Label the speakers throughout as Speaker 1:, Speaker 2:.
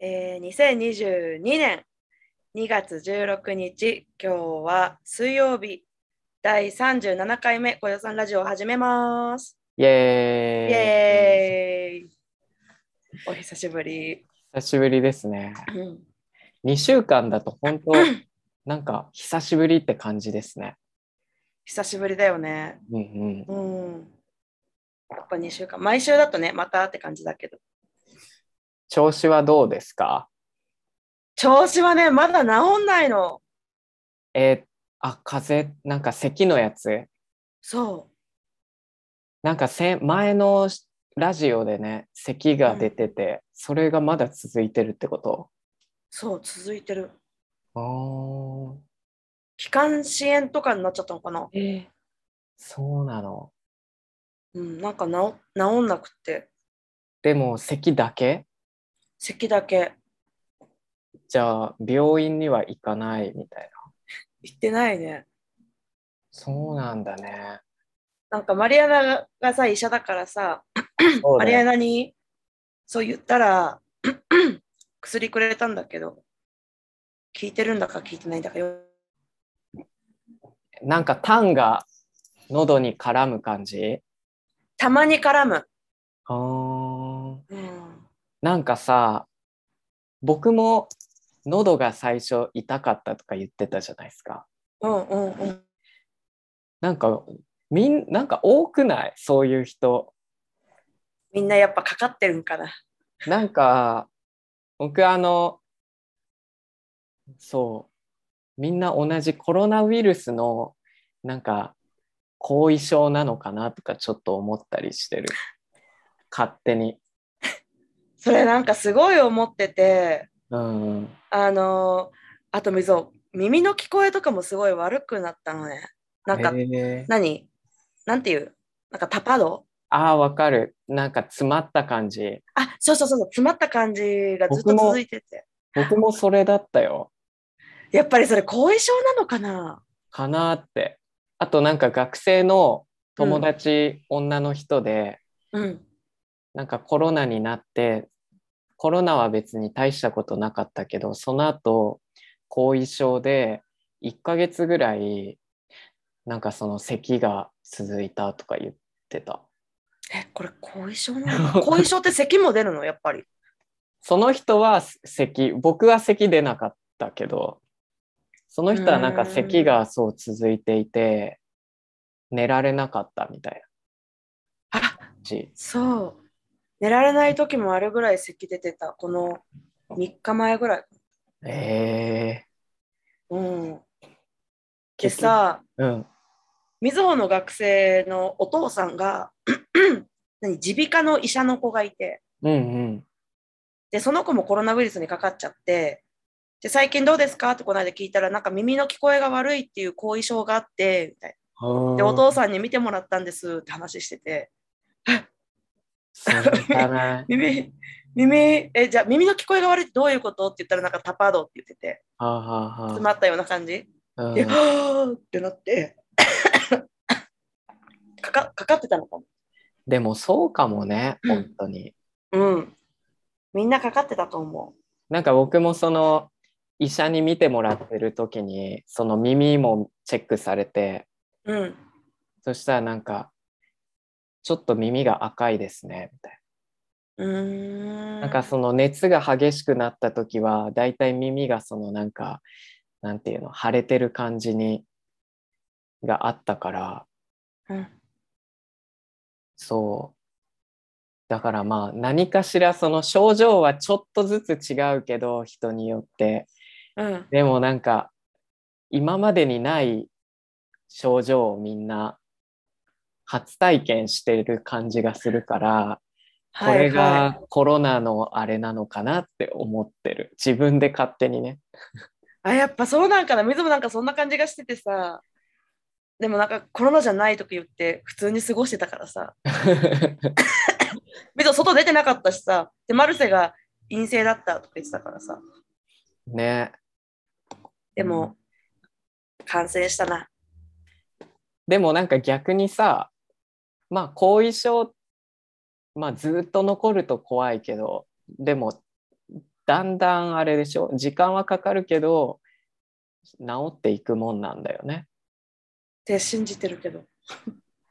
Speaker 1: えー、2022年2月16日、今日は水曜日、第37回目、小予算ラジオを始めます。
Speaker 2: イエー
Speaker 1: イエー
Speaker 2: イ
Speaker 1: イお久しぶり。
Speaker 2: 久しぶりですね。
Speaker 1: うん
Speaker 2: 2週間だと本当、なんか久しぶりって感じですね。
Speaker 1: 久しぶりだよね。
Speaker 2: うんうん。
Speaker 1: うん。やっぱ2週間、毎週だとね、またって感じだけど。
Speaker 2: 調子はどうですか
Speaker 1: 調子はね、まだ治んないの。
Speaker 2: えーあ、風邪、なんか咳のやつ。
Speaker 1: そ
Speaker 2: なんかせ前のラジオでね、咳が出てて、それがまだ続いてるってこと
Speaker 1: う、そう、続いてる。
Speaker 2: あー
Speaker 1: 気管支炎とかになっちゃったのかな。
Speaker 2: えーそうなの。
Speaker 1: うん、なんか治治んなくって、
Speaker 2: でも咳だけ
Speaker 1: 咳だけ
Speaker 2: じゃあ病院には行かないみたいな。
Speaker 1: 行ってないね。
Speaker 2: そうなんだね。
Speaker 1: なんかマリアナがさ、医者だからさ、
Speaker 2: そう
Speaker 1: マ
Speaker 2: だ
Speaker 1: リ
Speaker 2: よ
Speaker 1: アナにそう言ったら、 薬くれたんだけど、効いてるんだか効いてないんだかよ。
Speaker 2: なんかタンが喉に絡む感じ
Speaker 1: たまに絡む。
Speaker 2: あー
Speaker 1: うん、
Speaker 2: なんかさ僕も喉が最初痛かったとか言ってたじゃないですか
Speaker 1: うん、うん、うん。
Speaker 2: なんかみんなんか多くないそういう人
Speaker 1: みんなやっぱかかってるんかな。
Speaker 2: なんか僕あのそうみんな同じコロナウイルスのなんか後遺症なのかなとかちょっと思ったりしてる勝手に
Speaker 1: それなんかすごい思ってて、
Speaker 2: うん
Speaker 1: あのーあとみぞ、耳の聞こえとかもすごい悪くなったのね。なんか
Speaker 2: へー
Speaker 1: 何なんていうなんかタパド
Speaker 2: ああ、わかる。なんか詰まった感じ。
Speaker 1: あそうそうそうそう詰まった感じがずっと
Speaker 2: 僕も
Speaker 1: 続いてて
Speaker 2: 僕もそれだったよ。
Speaker 1: やっぱりそれ後遺症なのかな
Speaker 2: かなーって。あとなんか学生の友達、女の人で、
Speaker 1: うん
Speaker 2: なんかコロナになって、コロナは別に大したことなかったけど、その後、後遺症で1ヶ月ぐらい、なんかその咳が続いたとか言ってた。
Speaker 1: えこれ後遺症な の後遺症って咳も出るのやっぱり
Speaker 2: その人は咳僕は咳出なかったけどその人はなん
Speaker 1: う
Speaker 2: か
Speaker 1: ーん
Speaker 2: 咳がそう続いていて寝られなかったみたいな
Speaker 1: あ
Speaker 2: 感じ
Speaker 1: そう寝られない時もあるぐらい咳出てたこの3日前ぐらい
Speaker 2: え
Speaker 1: うん
Speaker 2: ー、
Speaker 1: でさ
Speaker 2: うん
Speaker 1: みずほの学生のお父さんが 何耳鼻科の医者の子がいて
Speaker 2: うんうん
Speaker 1: で、その子もコロナウイルスにかかっちゃって、で、最近どうですかってこの間聞いたら、なんか耳の聞こえが悪いっていう後遺症があって、みたいな。で、お父さんに見てもらったんですって話してて、
Speaker 2: さんそうだ ね
Speaker 1: 耳、耳、え、じゃあ耳の聞こえが悪いってどういうことって言ったら、なんかタパードって言ってて、
Speaker 2: はあは
Speaker 1: 詰まったような感じ。
Speaker 2: あはあ、う
Speaker 1: で、
Speaker 2: ん
Speaker 1: はぁーってなって、 かか、かかってたのかも。
Speaker 2: でもそうかもね
Speaker 1: うん
Speaker 2: 本当に
Speaker 1: うん。みんなかかってたと思
Speaker 2: なんか僕もその医者に見てもらってる時にその耳もチェックされて
Speaker 1: う。うん。
Speaker 2: そしたらなんか、ちょっと耳が赤いですね、みたいう
Speaker 1: ーん。
Speaker 2: な。なんかその熱が激しくなった時は、だいたい耳がそのなんか、なんていうの、腫れてる感じに、があったから、
Speaker 1: うん
Speaker 2: そう。だからまあ、何かしらその症状はちょっとずつ違うけど、人によって。
Speaker 1: うん。
Speaker 2: でもなんか、今までにない症状をみんな初体験している感じがするから、こ
Speaker 1: はい
Speaker 2: れ
Speaker 1: は
Speaker 2: がコロナのあれなのかなって思ってる。自分で勝手にね。
Speaker 1: あやっぱそうなんかな水もなんかそんな感じがしててさでもなんかコロナじゃない時言って普通に過ごしてたからさ水も外出てなかったしさでマルセが陰性だったとか言ってたからさ
Speaker 2: ね。
Speaker 1: でも感染したな
Speaker 2: でもなんか逆にさ、まあ後遺症、まあずっと残ると怖いけど、でもだんだんあれでしょ時間はかかるけど治っていくもんなんだよね。
Speaker 1: て信じてるけど。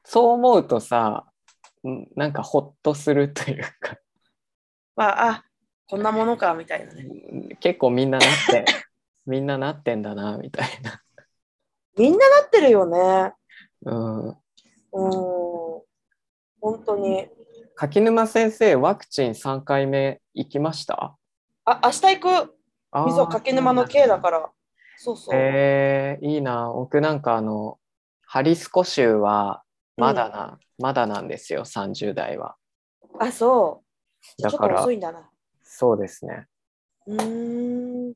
Speaker 2: そう思うとさうんなんかほっとするというか
Speaker 1: まあ、あこんなものかみたいなね。
Speaker 2: 結構みんななって みんななってんだなみたいな。
Speaker 1: みんななってるよね。
Speaker 2: うん
Speaker 1: うーん。本当に。
Speaker 2: 柿沼先生ワクチン3回目行きました
Speaker 1: あ、明日行く。
Speaker 2: あー
Speaker 1: みそ柿沼の K だから。そうそう。
Speaker 2: へえいいな僕なんかあのハリスコ州はまだな、まだなんですよ30代は
Speaker 1: あ、そう。ちょ
Speaker 2: だ
Speaker 1: っと
Speaker 2: から
Speaker 1: 遅いんだな。
Speaker 2: そうですね
Speaker 1: うーん。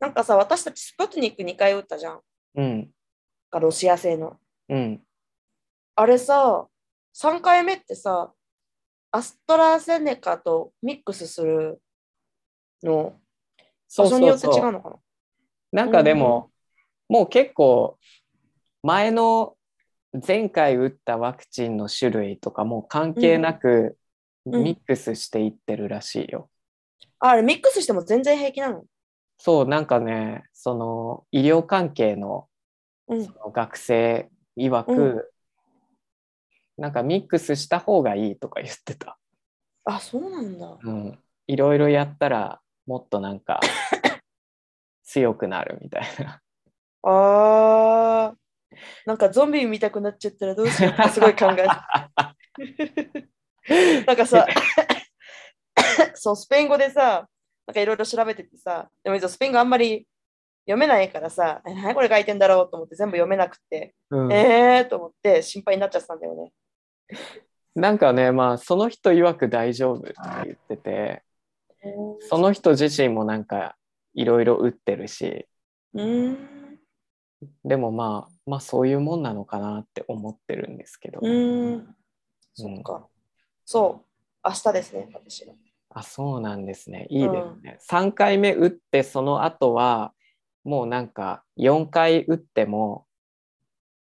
Speaker 1: なんかさ、私たちスプートニック2回打ったじゃん。
Speaker 2: うん
Speaker 1: がロシア製の。
Speaker 2: うん
Speaker 1: あれさ、3回目ってさ、アストラゼネカとミックスするの、
Speaker 2: そ
Speaker 1: 場
Speaker 2: う
Speaker 1: 所に
Speaker 2: そ
Speaker 1: よ
Speaker 2: う
Speaker 1: って違
Speaker 2: そうう
Speaker 1: のかな
Speaker 2: なんかでも、もう結構前の前回打ったワクチンの種類とかもう関係なく
Speaker 1: うん
Speaker 2: ミックスしていってるらしいよ、
Speaker 1: ああれ、ミックスしても全然平気なの。
Speaker 2: そうなんかねその医療関係の
Speaker 1: うん。
Speaker 2: 学生曰く、
Speaker 1: うん
Speaker 2: なんかミックスした方がいいとか言ってた、
Speaker 1: あ、そうなんだ。
Speaker 2: うん、いろいろやったらもっとなん か強くなるみたいな
Speaker 1: あー。なんかゾンビ見たくなっちゃったらどうしようかすごい考 えなんかさ そうスペイン語でさなんかいろいろ調べててさでも実はスペイン語あんまり読めないからさえ何これ書いてんだろうと思って全部読めなくて、
Speaker 2: うん
Speaker 1: えーと思って心配になっちゃったんだよね
Speaker 2: なんかねまあその人曰く大丈夫って言っててその人自身もなんかいろいろ打ってるし
Speaker 1: うーん
Speaker 2: でもまあまあそういうもんなのかなって思ってるんですけど、
Speaker 1: うーんそっかそう明日ですね私は
Speaker 2: あそうなんですねいいですね、3回目打ってその後はもうなんか4回打っても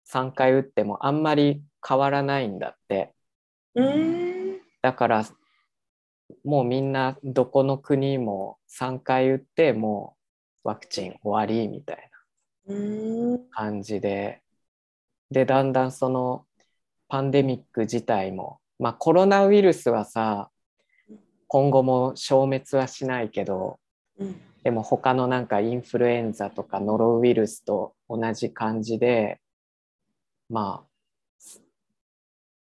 Speaker 2: 3回打ってもあんまり変わらないんだって
Speaker 1: うーん
Speaker 2: だからもうみんなどこの国も3回打ってもうワクチン終わりみたいう
Speaker 1: ーん
Speaker 2: な感じででだんだんそのパンデミック自体もまあコロナウイルスはさ今後も消滅はしないけど
Speaker 1: うん
Speaker 2: でも他のなんかインフルエンザとかノロウイルスと同じ感じでまあ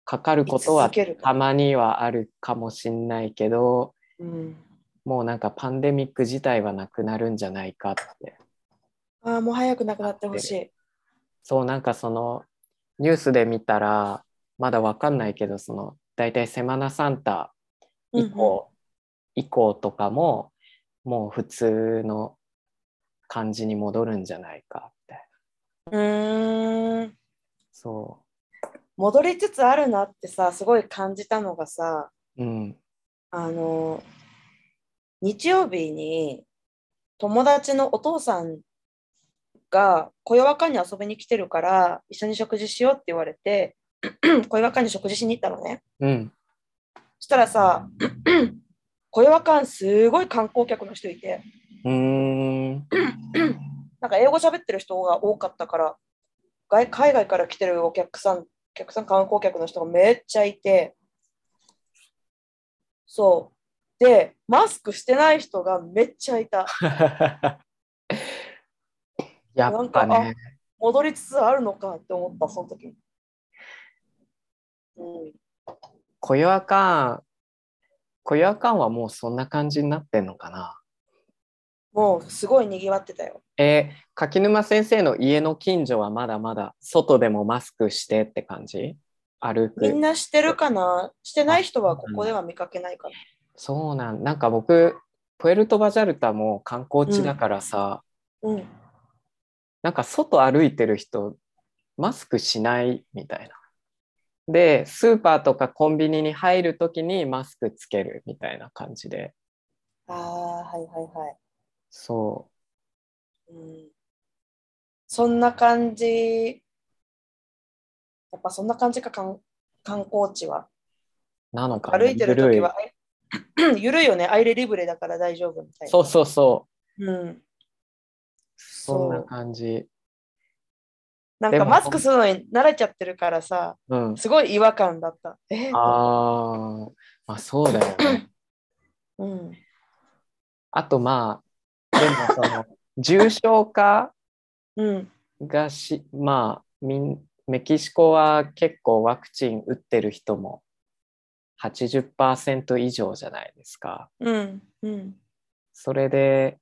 Speaker 2: かかることは
Speaker 1: 続ける
Speaker 2: たまにはあるかもしんないけど
Speaker 1: うん
Speaker 2: もうなんかパンデミック自体はなくなるんじゃないかって
Speaker 1: ああ、もう早くなくなってほしい。
Speaker 2: そうなんかそのニュースで見たらまだわかんないけどその大体セマナサンタ以降、以降とかももう普通の感じに戻るんじゃないかって
Speaker 1: うんうん、うーん
Speaker 2: そ
Speaker 1: 戻りつつあるなってさ、すごい感じたのがさ、
Speaker 2: ううん
Speaker 1: あの、日曜日に友達のお父さんが小夜かに遊びに来てるから、一緒に食事しようって言われて、 小夜かに食事しに行ったのね。
Speaker 2: うん
Speaker 1: そしたら さ、小夜かすごい観光客の人いて、
Speaker 2: うーん
Speaker 1: なんか英語喋ってる人が多かったから、外海外から来てるお客さん、お客さん観光客の人がめっちゃいて、そう。で、マスクしてない人がめっちゃいた。
Speaker 2: やっぱ
Speaker 1: なん
Speaker 2: ね
Speaker 1: 戻りつつあるのかって思った、その時。うん、
Speaker 2: 小夜かん小夜かんはもうそんな感じになってんのかな
Speaker 1: もうすごい賑わってたよ。
Speaker 2: えー柿沼先生の家の近所はまだまだ外でもマスクしてって感じ歩
Speaker 1: みん
Speaker 2: く
Speaker 1: なしてるかなしてない人はここでは見かけないかな。
Speaker 2: そうなんなんか僕プエルトバジャルタも観光地だからさ、
Speaker 1: うん。
Speaker 2: なんか外歩いてる人マスクしないみたいなでスーパーとかコンビニに入るときにマスクつけるみたいな感じで
Speaker 1: ああ、はいはいはい。
Speaker 2: そ
Speaker 1: うんそんな感じ、やっぱそんな感じか、かん観光地は。
Speaker 2: うなのかな
Speaker 1: 歩いてるときは、 緩いよね、アイレリブレだから大丈夫みたいな。
Speaker 2: そうそうそう
Speaker 1: うん、
Speaker 2: そんな
Speaker 1: そう。
Speaker 2: 感じ
Speaker 1: なん
Speaker 2: で
Speaker 1: か
Speaker 2: も
Speaker 1: マスクするのに慣れちゃってるからさ、
Speaker 2: うん
Speaker 1: すごい違和感だった。え
Speaker 2: あーまあそうだよ ね
Speaker 1: うん、
Speaker 2: あとまあでもその重症化
Speaker 1: うん、
Speaker 2: がしまあみんメキシコは結構ワクチン打ってる人も80%以上じゃないですか。
Speaker 1: うん、うん、
Speaker 2: それで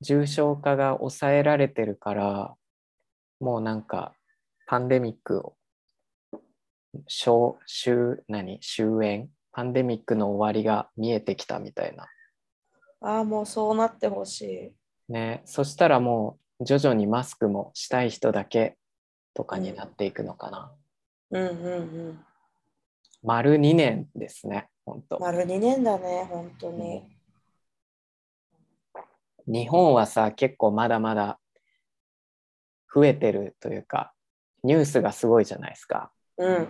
Speaker 2: 重症化が抑えられてるからもうなんかパンデミックを終終何終焉パンデミックの終わりが見えてきたみたいな
Speaker 1: ああ、もうそうなってほしい。
Speaker 2: ねそしたらもう徐々にマスクもしたい人だけとかになっていくのかな、
Speaker 1: うんうん
Speaker 2: 丸2年ですね本
Speaker 1: うん。
Speaker 2: 当
Speaker 1: 丸2年だね、本当に。
Speaker 2: 日本はさ結構まだまだ増えてるというかニュースがすごいじゃないですか
Speaker 1: うん、うん、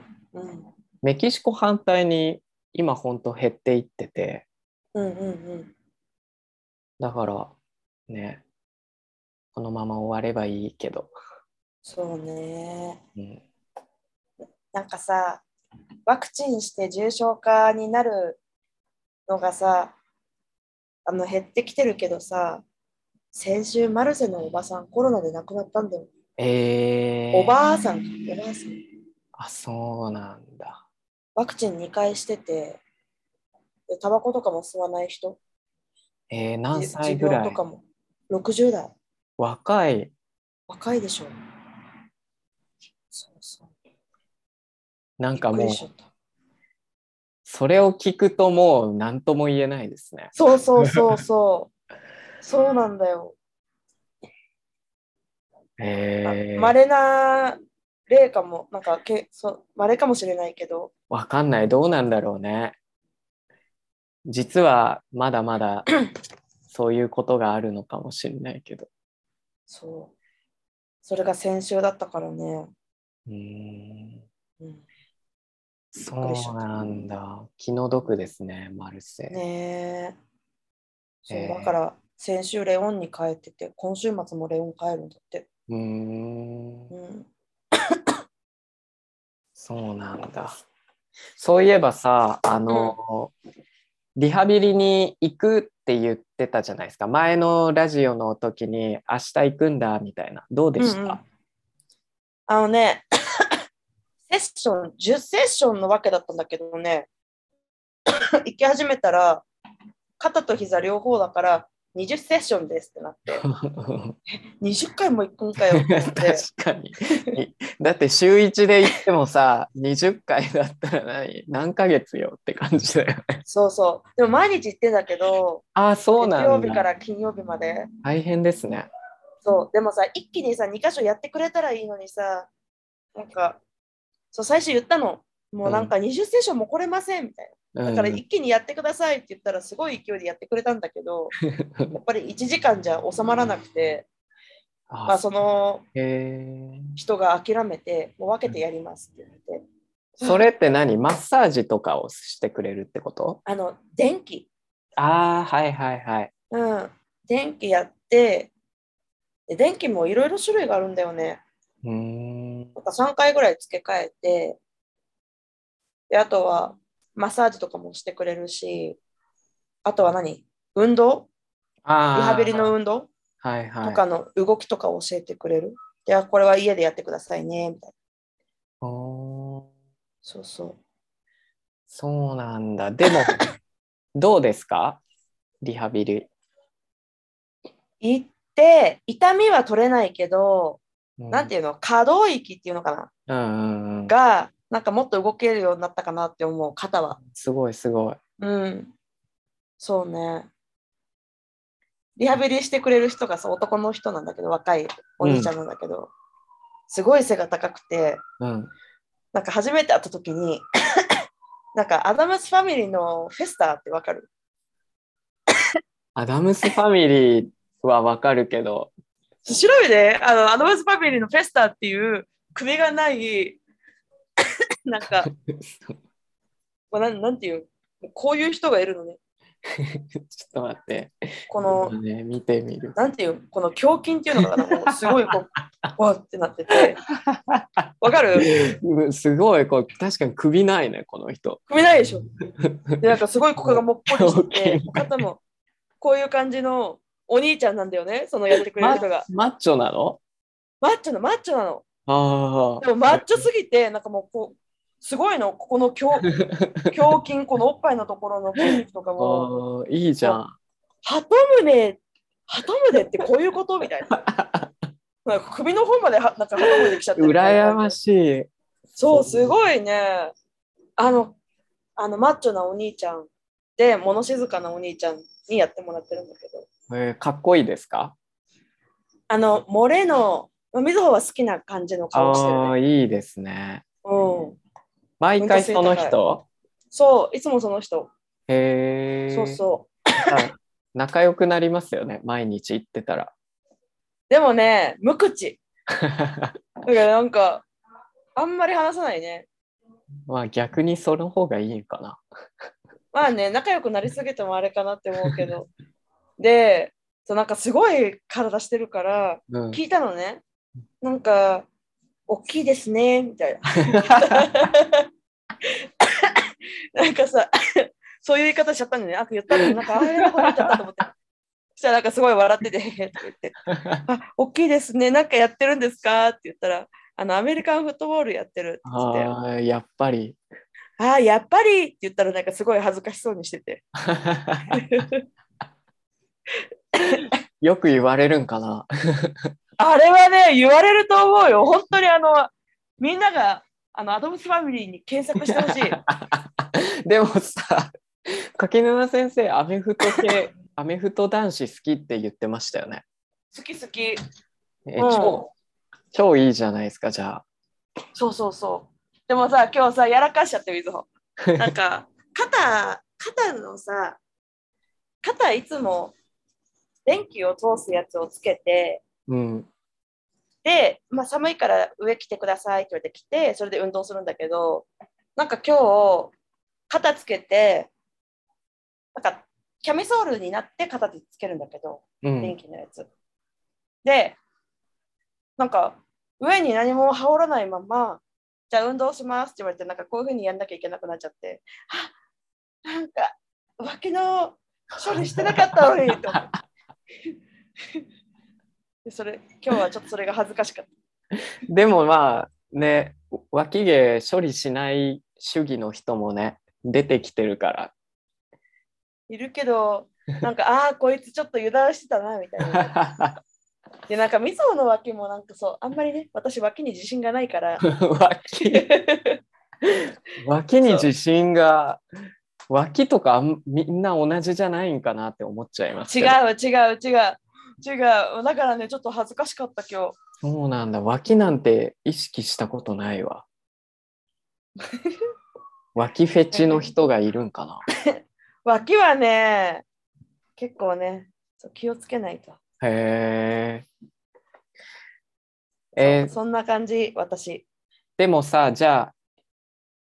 Speaker 2: メキシコ反対に今ほんと減っていってて
Speaker 1: うん、うん、
Speaker 2: だからねこのまま終わればいいけど、
Speaker 1: そうね。
Speaker 2: うん、
Speaker 1: なんかさ、ワクチンして重症化になるのがさ、あの減ってきてるけどさ、先週マルセのおばさんコロナで亡くなったんだよ。
Speaker 2: えー、
Speaker 1: おばあさんか、おばあさん。
Speaker 2: あそうなんだ
Speaker 1: ワクチン2回してて、でタバコとかも吸わない人、
Speaker 2: えー、
Speaker 1: じ
Speaker 2: 何歳
Speaker 1: 持
Speaker 2: ぐ
Speaker 1: 病
Speaker 2: ら
Speaker 1: と
Speaker 2: い
Speaker 1: かも60代。
Speaker 2: 若い
Speaker 1: 若いでしょ。そうそう。
Speaker 2: なんか
Speaker 1: びっ
Speaker 2: も
Speaker 1: く
Speaker 2: う
Speaker 1: りしちゃった
Speaker 2: それを聞くともう何とも言えないですね
Speaker 1: そうそうそう そう。そうなんだよ。
Speaker 2: えー、
Speaker 1: まれな例かも、なんかけそう稀かもしれないけど、
Speaker 2: わかんない、どうなんだろうね。実はまだ まだそういうことがあるのかもしれないけど。
Speaker 1: そう。それが先週だったからね。
Speaker 2: うーん
Speaker 1: うん、っくりしち
Speaker 2: そ
Speaker 1: ゃ
Speaker 2: う
Speaker 1: った
Speaker 2: なんだ。気の毒ですね、マルセ。
Speaker 1: ねえ。そう
Speaker 2: えー
Speaker 1: だから先週レオンに帰ってて、今週末もレオン帰るんだって。
Speaker 2: うーん、
Speaker 1: うん、
Speaker 2: そうなんだ。そういえばさ、あの、リハビリに行くって言ってたじゃないですか。前のラジオの時に明日行くんだみたいな。どうでした、
Speaker 1: うんうんあのね、 セッション、10セッションのわけだったんだけどね、 行き始めたら、肩と膝両方だから、20セッションですってなって、20回も行くんかよって思っ
Speaker 2: 確
Speaker 1: て。
Speaker 2: かに。いだって週1で行ってもさ、20回だったら何何ヶ月よって感じだよね。
Speaker 1: そうそう。でも毎日行ってたけど、
Speaker 2: ああ、そ
Speaker 1: 月
Speaker 2: うな
Speaker 1: 曜
Speaker 2: ん
Speaker 1: 日か
Speaker 2: だ。
Speaker 1: ら金曜日まで。
Speaker 2: 大変ですね。
Speaker 1: そう。でもさ、一気にさ、2箇所やってくれたらいいのにさ、なんか、そう、最初言ったの。もうなんか20セッションも来れませんみたいな。
Speaker 2: だ
Speaker 1: だから一気にやってくださいって言ったら、すごい勢いでやってくれたんだけ ど、やっぱり1時間じゃ収まらなくて、まあ、その人が諦めて、もう分けてやりますって言って、
Speaker 2: それって何マッサージとかをしてくれるってこと
Speaker 1: あの、電気、
Speaker 2: ああ、はいはいはい。
Speaker 1: うん、電気やって、で電気もいろいろ種類があるんだよね。
Speaker 2: うーん。
Speaker 1: なんか3回ぐらい付け替えて、であとはマッサージとかもしてくれるし、あとは何運動リ
Speaker 2: あー
Speaker 1: ハビリの運動
Speaker 2: はいはい。
Speaker 1: とかの動きとかを教えてくれる。で、あこれは家でやってくださいね、みたいな。
Speaker 2: おー
Speaker 1: そうそう。
Speaker 2: そうなんだ。で も、どうですかリハビリ。
Speaker 1: 行って、痛みは取れないけど、なんて
Speaker 2: いう
Speaker 1: いうの、可動域っていうのかな
Speaker 2: うんうんうん。
Speaker 1: が、なんかもっと動けるようになったかなって思う、肩は。
Speaker 2: すごいすごい。
Speaker 1: うん。そうね。リハビリしてくれる人がそう男の人なんだけど、若いお兄ちゃんなんだけど、すごい背が高くて、
Speaker 2: うん。
Speaker 1: なんか初めて会った時に、 なんかアダムスファミリーのフェスタってわかる
Speaker 2: アダムスファミリーはわかるけど、
Speaker 1: 調べて、あの、アダムスファミリーのフェスタっていう首がない、 なんか、まあなんなんていう、こういう人がいるのね。
Speaker 2: ちょっと待って。
Speaker 1: この、
Speaker 2: 今ね、見てみる。
Speaker 1: なんていう、この胸筋っていうのが、なんかすごいこ う、わーってなってて。わかる
Speaker 2: うんすごい、これ確かに首ないね、この人。、
Speaker 1: 組めないでしょ。で、なんかすごいここがもっこりしてて 肩も、こういう感じのお兄ちゃんなんだよね、そのやってくれる人が。
Speaker 2: マッチョなの
Speaker 1: マッチョのマッチョなの。
Speaker 2: あ
Speaker 1: でもマッチョすぎて、なんかもうこう、すごいの、ここの 胸胸筋、このおっぱいのところの筋肉とか
Speaker 2: あ
Speaker 1: も、
Speaker 2: ー、いいじゃん。
Speaker 1: ハトムネ、ハトムネってこういうことみたいな。なんか首の方まではなんかハトムネ来ちゃってる
Speaker 2: 羨ましい。
Speaker 1: そう、すごいね。あの、あのマッチョなお兄ちゃんで、物静かなお兄ちゃんにやってもらってるんだけど、
Speaker 2: えーかっこいいですか
Speaker 1: あの、モレの、まあ、みずほは好きな感じの顔してる
Speaker 2: あ
Speaker 1: ね。
Speaker 2: あ、いいですね。
Speaker 1: うん。
Speaker 2: 毎回その
Speaker 1: ほんと背
Speaker 2: 人
Speaker 1: そう、いつもその人。
Speaker 2: へえ。
Speaker 1: そうそう。
Speaker 2: はい仲良くなりますよね、毎日行ってたら。
Speaker 1: でもね、無口。だからなんか、あんまり話さないね。
Speaker 2: まあ逆にその方がいいかな。
Speaker 1: まあね、仲良くなりすぎてもあれかなって思うけど。で、そうなんかすごい体してるから、
Speaker 2: うん、
Speaker 1: 聞いたのね。なんか、大きいですね、みたいな。なんかさ、そういう言い方しちゃったんだよね。あ、言ったのになんか、あれなこと言っちゃったと思って。そしたらなんかすごい笑ってて、とか言って、あ、大きいですね、なんかやってるんですかって言ったら、あの、アメリカンフットボールやってるって言って、あ
Speaker 2: ああ、やっぱり。
Speaker 1: あー、やっぱりって言ったらなんかすごい恥ずかしそうにしてて。
Speaker 2: よく言われるんかな。
Speaker 1: あれはね、言われると思うよ。本当にあの、みんなが、あの、アドムスファミリーに検索してほ しい。
Speaker 2: でもさ、柿沼先生、アメフト 系、アメフト男子好きって言ってましたよね。
Speaker 1: 好き好き。
Speaker 2: え
Speaker 1: うん
Speaker 2: 超超いいじゃないですか、じゃ
Speaker 1: そうそうそう。でもさ、今日さ、やらかしちゃって、みずほ。なんか、 肩、肩のさ、肩いつも電気を通すやつをつけて、
Speaker 2: うん。
Speaker 1: で、まあ、寒いから上着てくださいって言われてきて、それで運動するんだけど、なんか今日、肩つけて、なんか、キャミソールになって肩でつけるんだけど、
Speaker 2: う
Speaker 1: 電
Speaker 2: ん。
Speaker 1: 気のやつ。で、なんか上に何も羽織らないまま、じゃあ運動しますって言われて、なんかこういうふうにやんなきゃいけなくなっちゃって、あなんか脇の処理してなかったのにと思って。 でそれ今日はちょっとそれが恥ずかしかっ
Speaker 2: でもまあね、脇毛処理しない主義の人もね、出てきてるから。
Speaker 1: た。いるけど、なんか、ああー、こいつちょっと油断してたな、みたいな。 で、なんか、みその脇も、なんかそう、あんまりね、私、脇に自信がないから。
Speaker 2: 脇脇に自信が脇とかあんみんな同じじゃないんかなって思っちゃいます
Speaker 1: 違
Speaker 2: け
Speaker 1: う
Speaker 2: ど
Speaker 1: 違う違う違うだからねちょっと恥ずかしかった今日
Speaker 2: そうなんだ脇なんて意識したことな いわ脇フェチの人がいるんかな
Speaker 1: 脇はね結構ねそう気をつけないと
Speaker 2: へええー
Speaker 1: そんな感じ私
Speaker 2: でもさじゃあ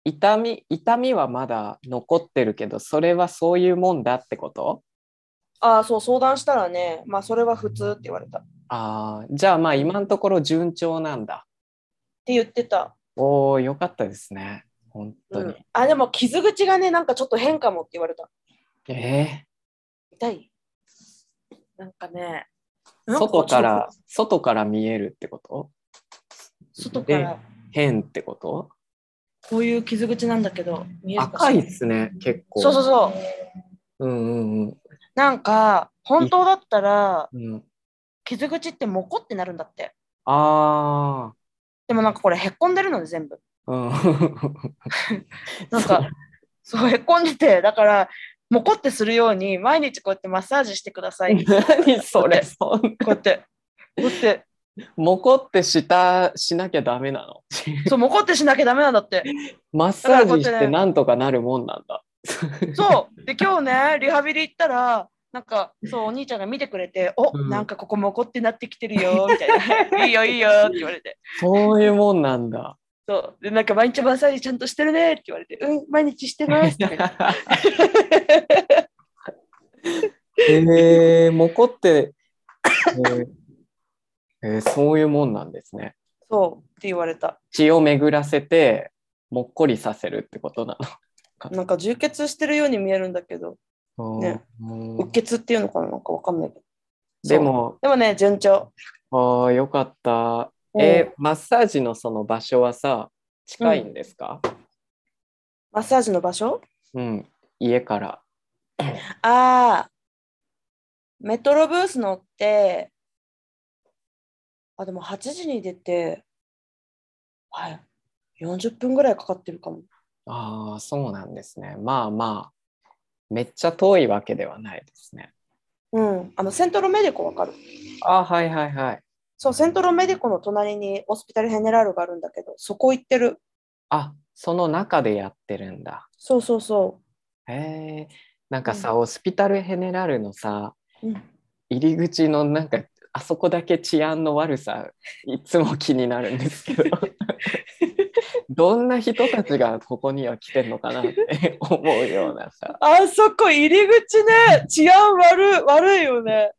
Speaker 2: 痛み痛みはまだ残ってるけどそれはそういうもんだってこと
Speaker 1: ああそう相談したらねまあそれは普通って言われたっ
Speaker 2: あーじゃあまあ今のところ順調なんだ
Speaker 1: て言ってた、
Speaker 2: おおよかったですね本当
Speaker 1: う
Speaker 2: に、
Speaker 1: ん、あでも傷口がねなんかちょっと変かもって言われた
Speaker 2: え
Speaker 1: 痛いなんかね
Speaker 2: ー、
Speaker 1: なん
Speaker 2: 外から
Speaker 1: こっ
Speaker 2: 外から見えるってこと
Speaker 1: ちの外から
Speaker 2: 変ってこと
Speaker 1: こういう傷口なんだけど見えるかしら
Speaker 2: 赤いですね結構
Speaker 1: そうそうそう
Speaker 2: うんうんうん
Speaker 1: なんか本当だったら
Speaker 2: うん
Speaker 1: 傷口ってモコってなるんだって
Speaker 2: あ
Speaker 1: でもなんかこれへっこんでるので全部。
Speaker 2: あうん
Speaker 1: なんかそうへっこんでてだからもこってするように毎日こうやってマッサージしてください。こ
Speaker 2: 何それそ
Speaker 1: う
Speaker 2: んな
Speaker 1: やってこうやって
Speaker 2: もこってしたしなきゃダ メなの
Speaker 1: そうもこってしなきゃダメなんだって。
Speaker 2: マッサージ
Speaker 1: だからこうや
Speaker 2: し
Speaker 1: っててね
Speaker 2: なんとかなるもんなんだ
Speaker 1: そうで今日ねリハビリ行ったらなんかそうお兄ちゃんが見てくれて「お、
Speaker 2: うん
Speaker 1: なんかここもこってなってきてるよ」みたい な「いいよいいよ」って言われて。
Speaker 2: そういうもんなんだ
Speaker 1: そうでなんか毎日マッサージ ちゃんとしてるねって言われて「うん毎日してます」って言われて
Speaker 2: えー、モコって、えーえーそういうもんなんですね。
Speaker 1: そうって言われた。
Speaker 2: 血を巡らせて、もっこりさせるってことな
Speaker 1: なんか充血してるように見えるんだけど、
Speaker 2: の。
Speaker 1: ね
Speaker 2: うん
Speaker 1: うっ血っていうのかななんかわかんないけど。
Speaker 2: でも、
Speaker 1: でもね、順調。
Speaker 2: ああ、よかった。えーマッサージのその場所はさ、近いんですか、
Speaker 1: マッサージの場所
Speaker 2: うん、家から。
Speaker 1: ああ、メトロブース乗って、あ、でも8時に出て、はい、40分ぐらいかかってるかも。
Speaker 2: ああ、そうなんですね。まあまあ、めっちゃ遠いわけではないですね。
Speaker 1: うん、あのセントロメデコわかる
Speaker 2: ああ、はいはいはい。
Speaker 1: そう、セントロメデコの隣にオスピタルヘネラルがあるんだけど、そこ行ってる。
Speaker 2: あその中でやってるんだ。
Speaker 1: そうそうそ
Speaker 2: へえ。なんかさ、
Speaker 1: う
Speaker 2: オスピタルヘネラルのさ、
Speaker 1: う。うん、
Speaker 2: 入り口のなんか、あそこだけ治安の悪さ、いつも気になるんですけど。 どんな人たちがここには来てんのかなって思うようなさ。
Speaker 1: あそこ入り口ね、治安悪い悪いよね。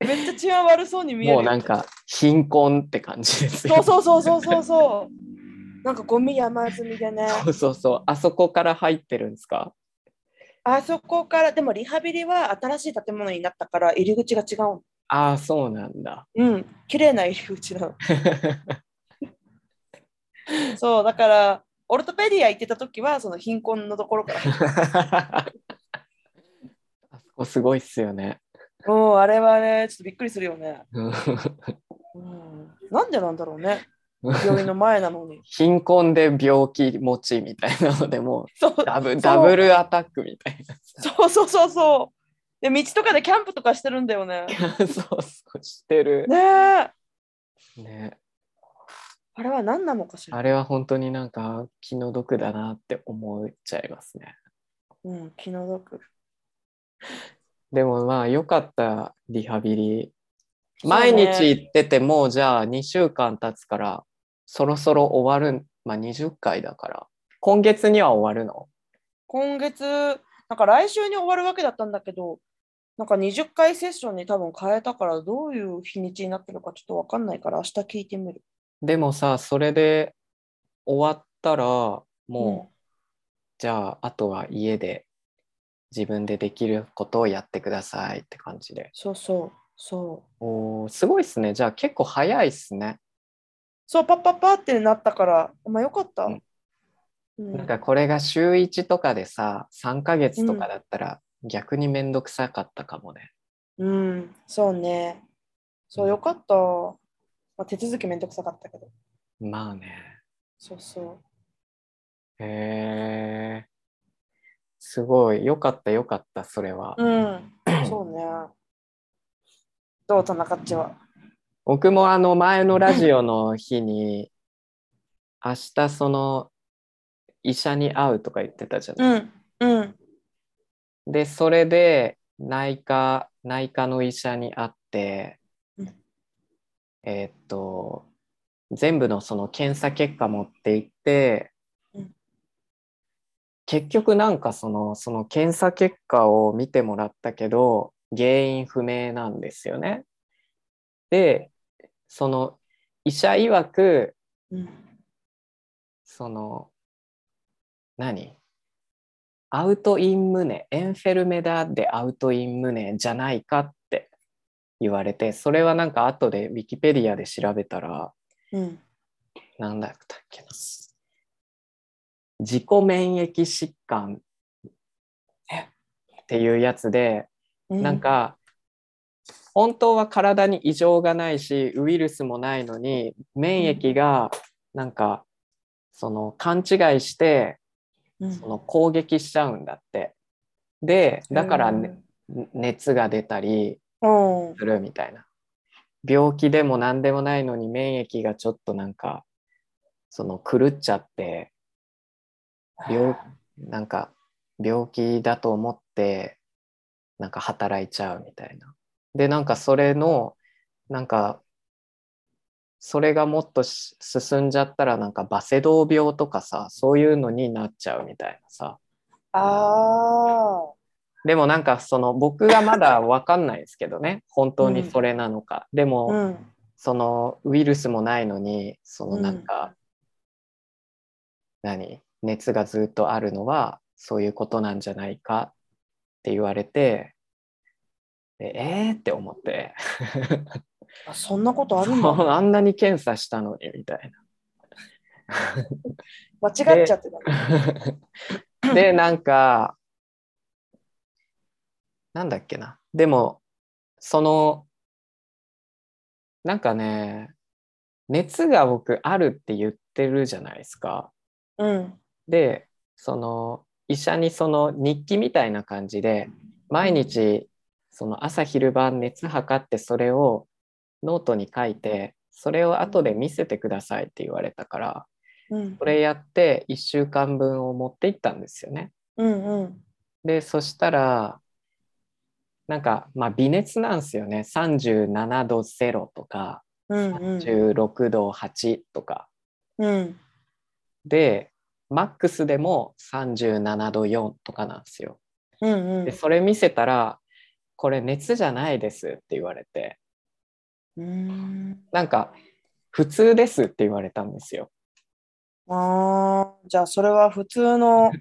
Speaker 1: めっちゃ治安悪そうに見える。
Speaker 2: もうなんか貧困って感じです
Speaker 1: そう
Speaker 2: よ。
Speaker 1: そうそうそうそうそう。 なんかゴミ山積みでね。
Speaker 2: そうそうそう。あそこから入ってるんですか
Speaker 1: あそこから、でもリハビリは新しい建物になったから入り口が違う。
Speaker 2: ああ、そうなんだ。
Speaker 1: うん、綺麗な入り口なの。そう、だから、オルトペディア行ってた時は、その貧困のところ から。
Speaker 2: あそこすごいっすよね。
Speaker 1: もうあれはね、ちょっとびっくりするよね。
Speaker 2: うん。
Speaker 1: うん、なんでなんだろうね。病院の前なのに
Speaker 2: 貧困で病気持ちみたいなのでも
Speaker 1: そう
Speaker 2: うダブ
Speaker 1: そう
Speaker 2: ダブルアタックみたい
Speaker 1: そうそうそうそう。で、道とかでキャンプとかしてるんだよ ね。
Speaker 2: なそうそうしてる、
Speaker 1: ねえ。
Speaker 2: ね、
Speaker 1: あれは何なのかしら。
Speaker 2: あれは本当になんか気の毒だなって思っちゃいますね
Speaker 1: うん、気の毒。
Speaker 2: でもまあ良かったリハビリ
Speaker 1: そうね
Speaker 2: 毎日行っててもうじゃあ2週間経つからそろそろ終わるまあ20回だから今月には終わるの
Speaker 1: 今月、なんか来週に終わるわけだったんだけど、なんか20回セッションに多分変えたから、どういう日にちになってるかちょっとわかんないから、明日聞いてみる。
Speaker 2: でもさそれで終わったらもう、
Speaker 1: うん
Speaker 2: じゃああとは家で自分でできることをやってくださいって感じで
Speaker 1: そうそう、そう。
Speaker 2: おーすごいっすねじゃあ結構早いっすね、
Speaker 1: そう、パッパッパってなったから、まあよかった。
Speaker 2: うん
Speaker 1: うん
Speaker 2: なんかこれが週1とかでさ3ヶ月とかだったら逆にめんどくさかったかもね、
Speaker 1: うん、そうね。そうう、
Speaker 2: ん
Speaker 1: よかった。まあ、手続きめんどくさかったけど。
Speaker 2: まあね
Speaker 1: そうそ
Speaker 2: へえすごいよかったよかったそれは、
Speaker 1: う。うん、そうね。どう、田中っちは。
Speaker 2: 僕もあの前のラジオの日に明日その医者に会うとか言ってたじゃない、
Speaker 1: うん、うん、
Speaker 2: でそれで内科内科の医者に会って、
Speaker 1: うん
Speaker 2: えーっと全部のその検査結果持って行って、
Speaker 1: うん
Speaker 2: 結局なんかそのその検査結果を見てもらったけど原因不明なんですよね。でその医者曰く
Speaker 1: うん、
Speaker 2: その何アウトインムネエンフェルメダでアウトインムネじゃないかって言われてそれはなんか後でウィキペディアで調べたら
Speaker 1: うん。
Speaker 2: なんだったっけな自己免疫疾患っていうやつで
Speaker 1: う
Speaker 2: なん、か本当は体に異常がないしウイルスもないのに免疫がなんかその勘違いして
Speaker 1: うん
Speaker 2: その攻撃しちゃうんだって。でだからね、熱が出たり
Speaker 1: うん、うん
Speaker 2: するみたいな病気でも何でもないのに免疫がちょっとなんかその狂っちゃって病なんか病気だと思ってなんか働いちゃうみたいな。でなんかそれのなんかそれがもっとし進んじゃったらなんかバセドウ病とかさそういうのになっちゃうみたいなさ
Speaker 1: ああ、
Speaker 2: でもなんかその僕がまだ分かんないですけどね本当にそれなのか、でも、
Speaker 1: うん、
Speaker 2: そのウイルスもないのにそのなんか、何熱がずっとあるのはそういうことなんじゃないかって言われてでえーって思って
Speaker 1: あそんなことあるんだ。
Speaker 2: あんなに検査したのにみたいな。
Speaker 1: 間違っちゃってた。
Speaker 2: で、なんか、なんだっけな。でも、その、なんかね、熱が僕あるって言ってるじゃないですか。
Speaker 1: うん。
Speaker 2: で、その、医者にその日記みたいな感じで、毎日、その朝昼晩熱測ってそれをノートに書いて、それを後で見せてくださいって言われたから、
Speaker 1: うん
Speaker 2: そ。れやって1週間分を持って行ったんですよね。
Speaker 1: うんうん。
Speaker 2: でそしたらなんかまあ微熱なんですよね37度0とか
Speaker 1: うんうん。
Speaker 2: 16度8とか、
Speaker 1: うん。
Speaker 2: でマックスでも37度4とかなんですよ。
Speaker 1: うんうん
Speaker 2: でそれ見せたら「これ熱じゃないです」って言われて
Speaker 1: うーん。
Speaker 2: なんか「普通です」って言われたんですよ。
Speaker 1: あーじゃあそれは普通の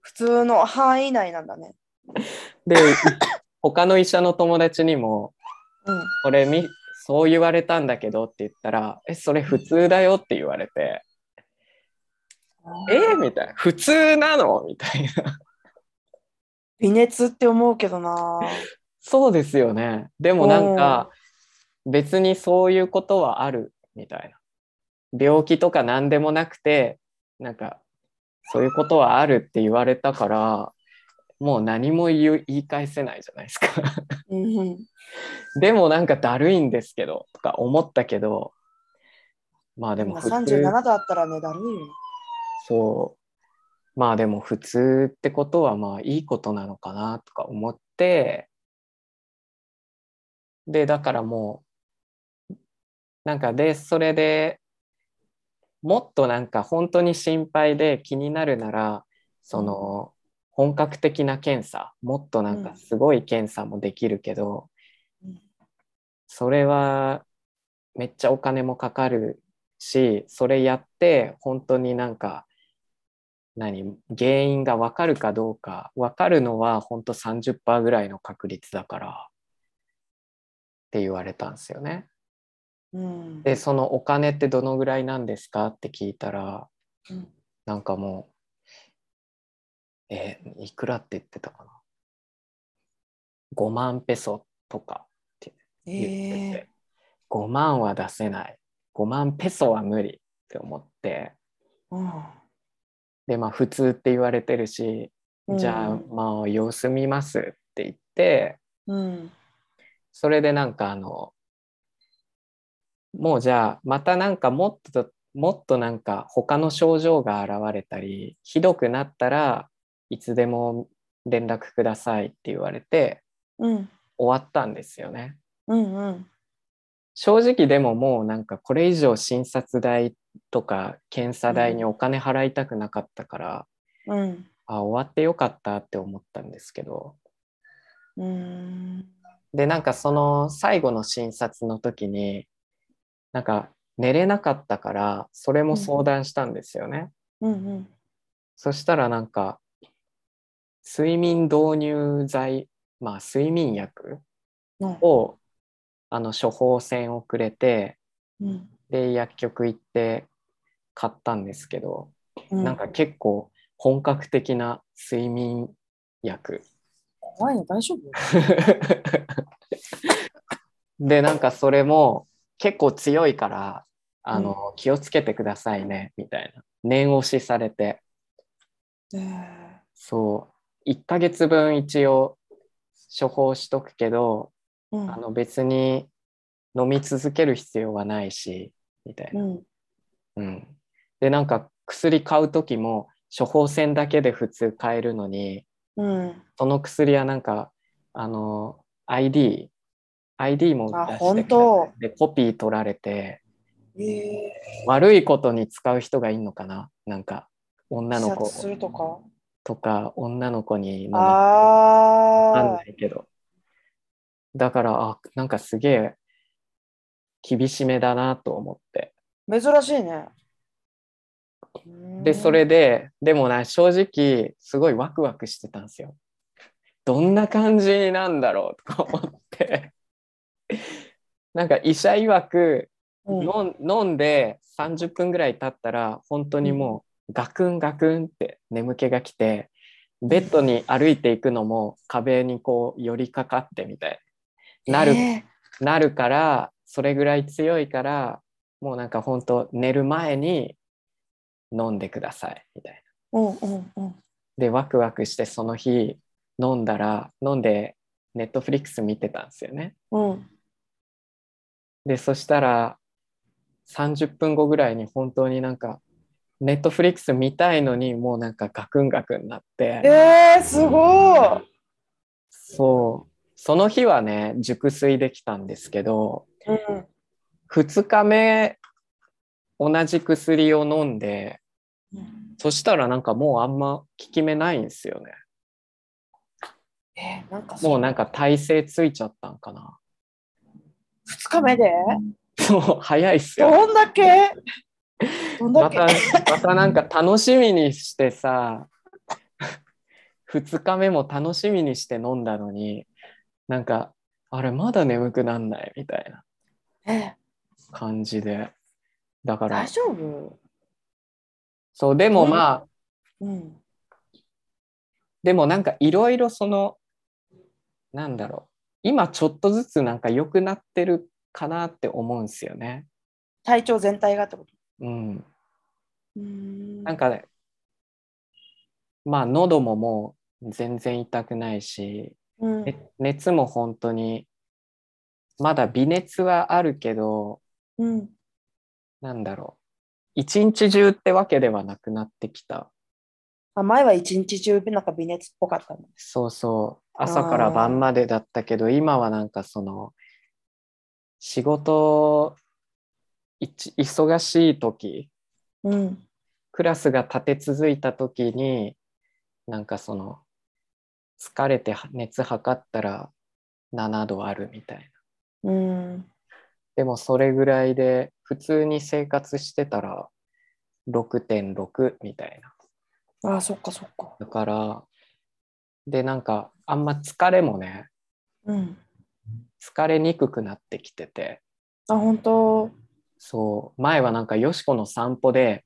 Speaker 1: 普通の範囲内なんだね。
Speaker 2: で他の医者の友達にも
Speaker 1: うん。
Speaker 2: これみそう言われたんだけどって言ったら「えそれ普通だよ」って言われて「えみたいな「普通なの?」みたいな
Speaker 1: 微熱って思うけどな。
Speaker 2: そうですよねでもなんか別にそういうことはあるみたいな病気とか何でもなくてなんかそういうことはあるって言われたからもう何も言う言い返せないじゃないですか
Speaker 1: うんうん。
Speaker 2: でもなんかだるいんですけどとか思ったけどまあで
Speaker 1: 今
Speaker 2: も普通
Speaker 1: 37度あったらね、だるいよね。
Speaker 2: そう。まあでも普通ってことはまあいいことなのかなとか思って、で、だからもう、なんかで、それでもっとなんか本当に心配で気になるなら、その本格的な検査、もっとなん
Speaker 1: う
Speaker 2: か
Speaker 1: ん
Speaker 2: すごい検査もできるけど、
Speaker 1: うん
Speaker 2: それはめっちゃお金もかかるしそれやって本当になんか何原因が分かるかどうか分かるのは本当30%ぐらいの確率だからって言われたんですよね。
Speaker 1: うん。
Speaker 2: でそのお金ってどのぐらいなんですかって聞いたら
Speaker 1: うん
Speaker 2: なんかもうえーいくらって言ってたかな5万ペソとか言って
Speaker 1: え
Speaker 2: て、5万は出せない5万ペソは無理って思って
Speaker 1: ーうん
Speaker 2: でまあ普通って言われてるし、
Speaker 1: うん
Speaker 2: じゃあまあ様子見ますって言って
Speaker 1: うん。
Speaker 2: それでなんかあのもうじゃあまたなんかもっともっとなんか他の症状が現れたりひどくなったらいつでも連絡くださいって言われて
Speaker 1: うん。
Speaker 2: 終わったんですよね。
Speaker 1: うんうん。
Speaker 2: 正直でももうなんかこれ以上診察代とか検査代にお金払いたくなかったから、
Speaker 1: うん。
Speaker 2: あ終わってよかったって思ったんですけど
Speaker 1: うーん。
Speaker 2: でなんかその最後の診察の時になんか寝れなかったからそれも相談したんですよね、
Speaker 1: うんうん。
Speaker 2: そしたらなんか睡眠導入剤まあ睡眠薬
Speaker 1: うん
Speaker 2: をあの処方箋をくれて
Speaker 1: うん
Speaker 2: で薬局行って買ったんですけど、
Speaker 1: うん
Speaker 2: なんか結構本格的な睡眠薬
Speaker 1: 怖いの大丈夫
Speaker 2: でなんかそれも結構強いからあの、気をつけてくださいねみたいな念押しされて
Speaker 1: えー
Speaker 2: そう1ヶ月分一応処方しとくけど、
Speaker 1: うん
Speaker 2: あの別に飲み続ける必要はないしみたいな。
Speaker 1: うん
Speaker 2: うん、でなんか薬買う時も処方箋だけで普通買えるのに
Speaker 1: うん。
Speaker 2: その薬はなんかあの IDID も出
Speaker 1: あ
Speaker 2: して
Speaker 1: 本
Speaker 2: く
Speaker 1: 当
Speaker 2: れてでコピー取られて
Speaker 1: ええ
Speaker 2: 悪いことに使う人がいるのかななんか
Speaker 1: ー。
Speaker 2: 女
Speaker 1: 自
Speaker 2: の子
Speaker 1: 殺するとか。
Speaker 2: とか女の子にのなわかん
Speaker 1: あ
Speaker 2: ないけどだからあなんかすげえ厳しめだなと思って
Speaker 1: あ、珍しいね。
Speaker 2: でそれででもな正直すごいワクワクしてたんですよどんな感じになんだろうとか思ってなんか医者曰く
Speaker 1: うん、
Speaker 2: 飲ん飲んで30分ぐらい経ったら本当にもうガクンガクンって眠気が来てベッドに歩いていくのも壁にこう寄りかかってみたいなる,、
Speaker 1: え
Speaker 2: なるからそれぐらい強いからもうなんか本当寝る前に飲んでくださいみたいな。
Speaker 1: ーうんうんうん。
Speaker 2: でワクワクしてその日飲んだら飲んでネットフリックス見てたんですよね。
Speaker 1: うん、
Speaker 2: でそしたら30分後ぐらいに本当になんかネットフリックス見たいのにもうなんかガクンガクンになって
Speaker 1: えー、すごい、
Speaker 2: そうその日はね熟睡できたんですけど
Speaker 1: うん、
Speaker 2: 2日目同じ薬を飲んでそしたらなんかもうあんま効き目ないんですよね
Speaker 1: えー、なんか
Speaker 2: もう
Speaker 1: う
Speaker 2: なんか耐性ついちゃったんかな
Speaker 1: 2日目で
Speaker 2: そう早いっすよ
Speaker 1: どんだけ どんだ
Speaker 2: ま
Speaker 1: け、
Speaker 2: たまたなんか楽しみにしてさ2日目も楽しみにして飲んだのになんかあれまだ眠くなんないみたいな
Speaker 1: え
Speaker 2: 感じでだか
Speaker 1: ー、
Speaker 2: ら
Speaker 1: 大丈夫、
Speaker 2: そうでもまあ
Speaker 1: うん、
Speaker 2: でもなんかいろいろそのなんだろう今ちょっとずつなんか良くなってるかなって思うんですよね。
Speaker 1: 体調全体がってこと
Speaker 2: うん、
Speaker 1: な
Speaker 2: なん、かねまあ喉ももう全然痛くないし
Speaker 1: うん、
Speaker 2: ね熱も本当にまだ微熱はあるけど
Speaker 1: うん、
Speaker 2: なんだろう一日中ってわけではなくなってきた
Speaker 1: あ前は一日中なんか微熱っぽかったの
Speaker 2: そうそう朝から晩までだったけど今はなんかその仕事いち忙しい時
Speaker 1: うん
Speaker 2: クラスが立て続いた時になんかその疲れて熱測ったら7度あるみたいな。
Speaker 1: うん
Speaker 2: でもそれぐらいで普通に生活してたら6.6みたいな。
Speaker 1: あそっかそっか
Speaker 2: だからでなんかあんま疲れもね
Speaker 1: うん
Speaker 2: 疲れにくくなってきてて
Speaker 1: あ本当
Speaker 2: そう前はなんかよしこの散歩で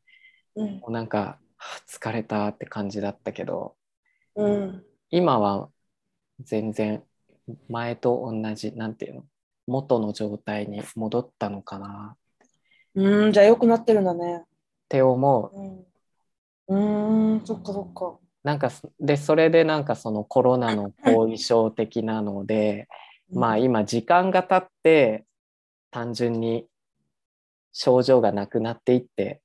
Speaker 1: うん
Speaker 2: もうなんかはあ疲れたって感じだったけど
Speaker 1: うん
Speaker 2: 今は全然前と同じなんていうの元の状態に戻ったのかなっ
Speaker 1: うんじゃあ良くなってるんだね
Speaker 2: て思う
Speaker 1: うんうーんそっかそっか
Speaker 2: なんかそでそれでなんかそのコロナの後遺症的なので、まあ今時間が経って単純に症状がなくなっていって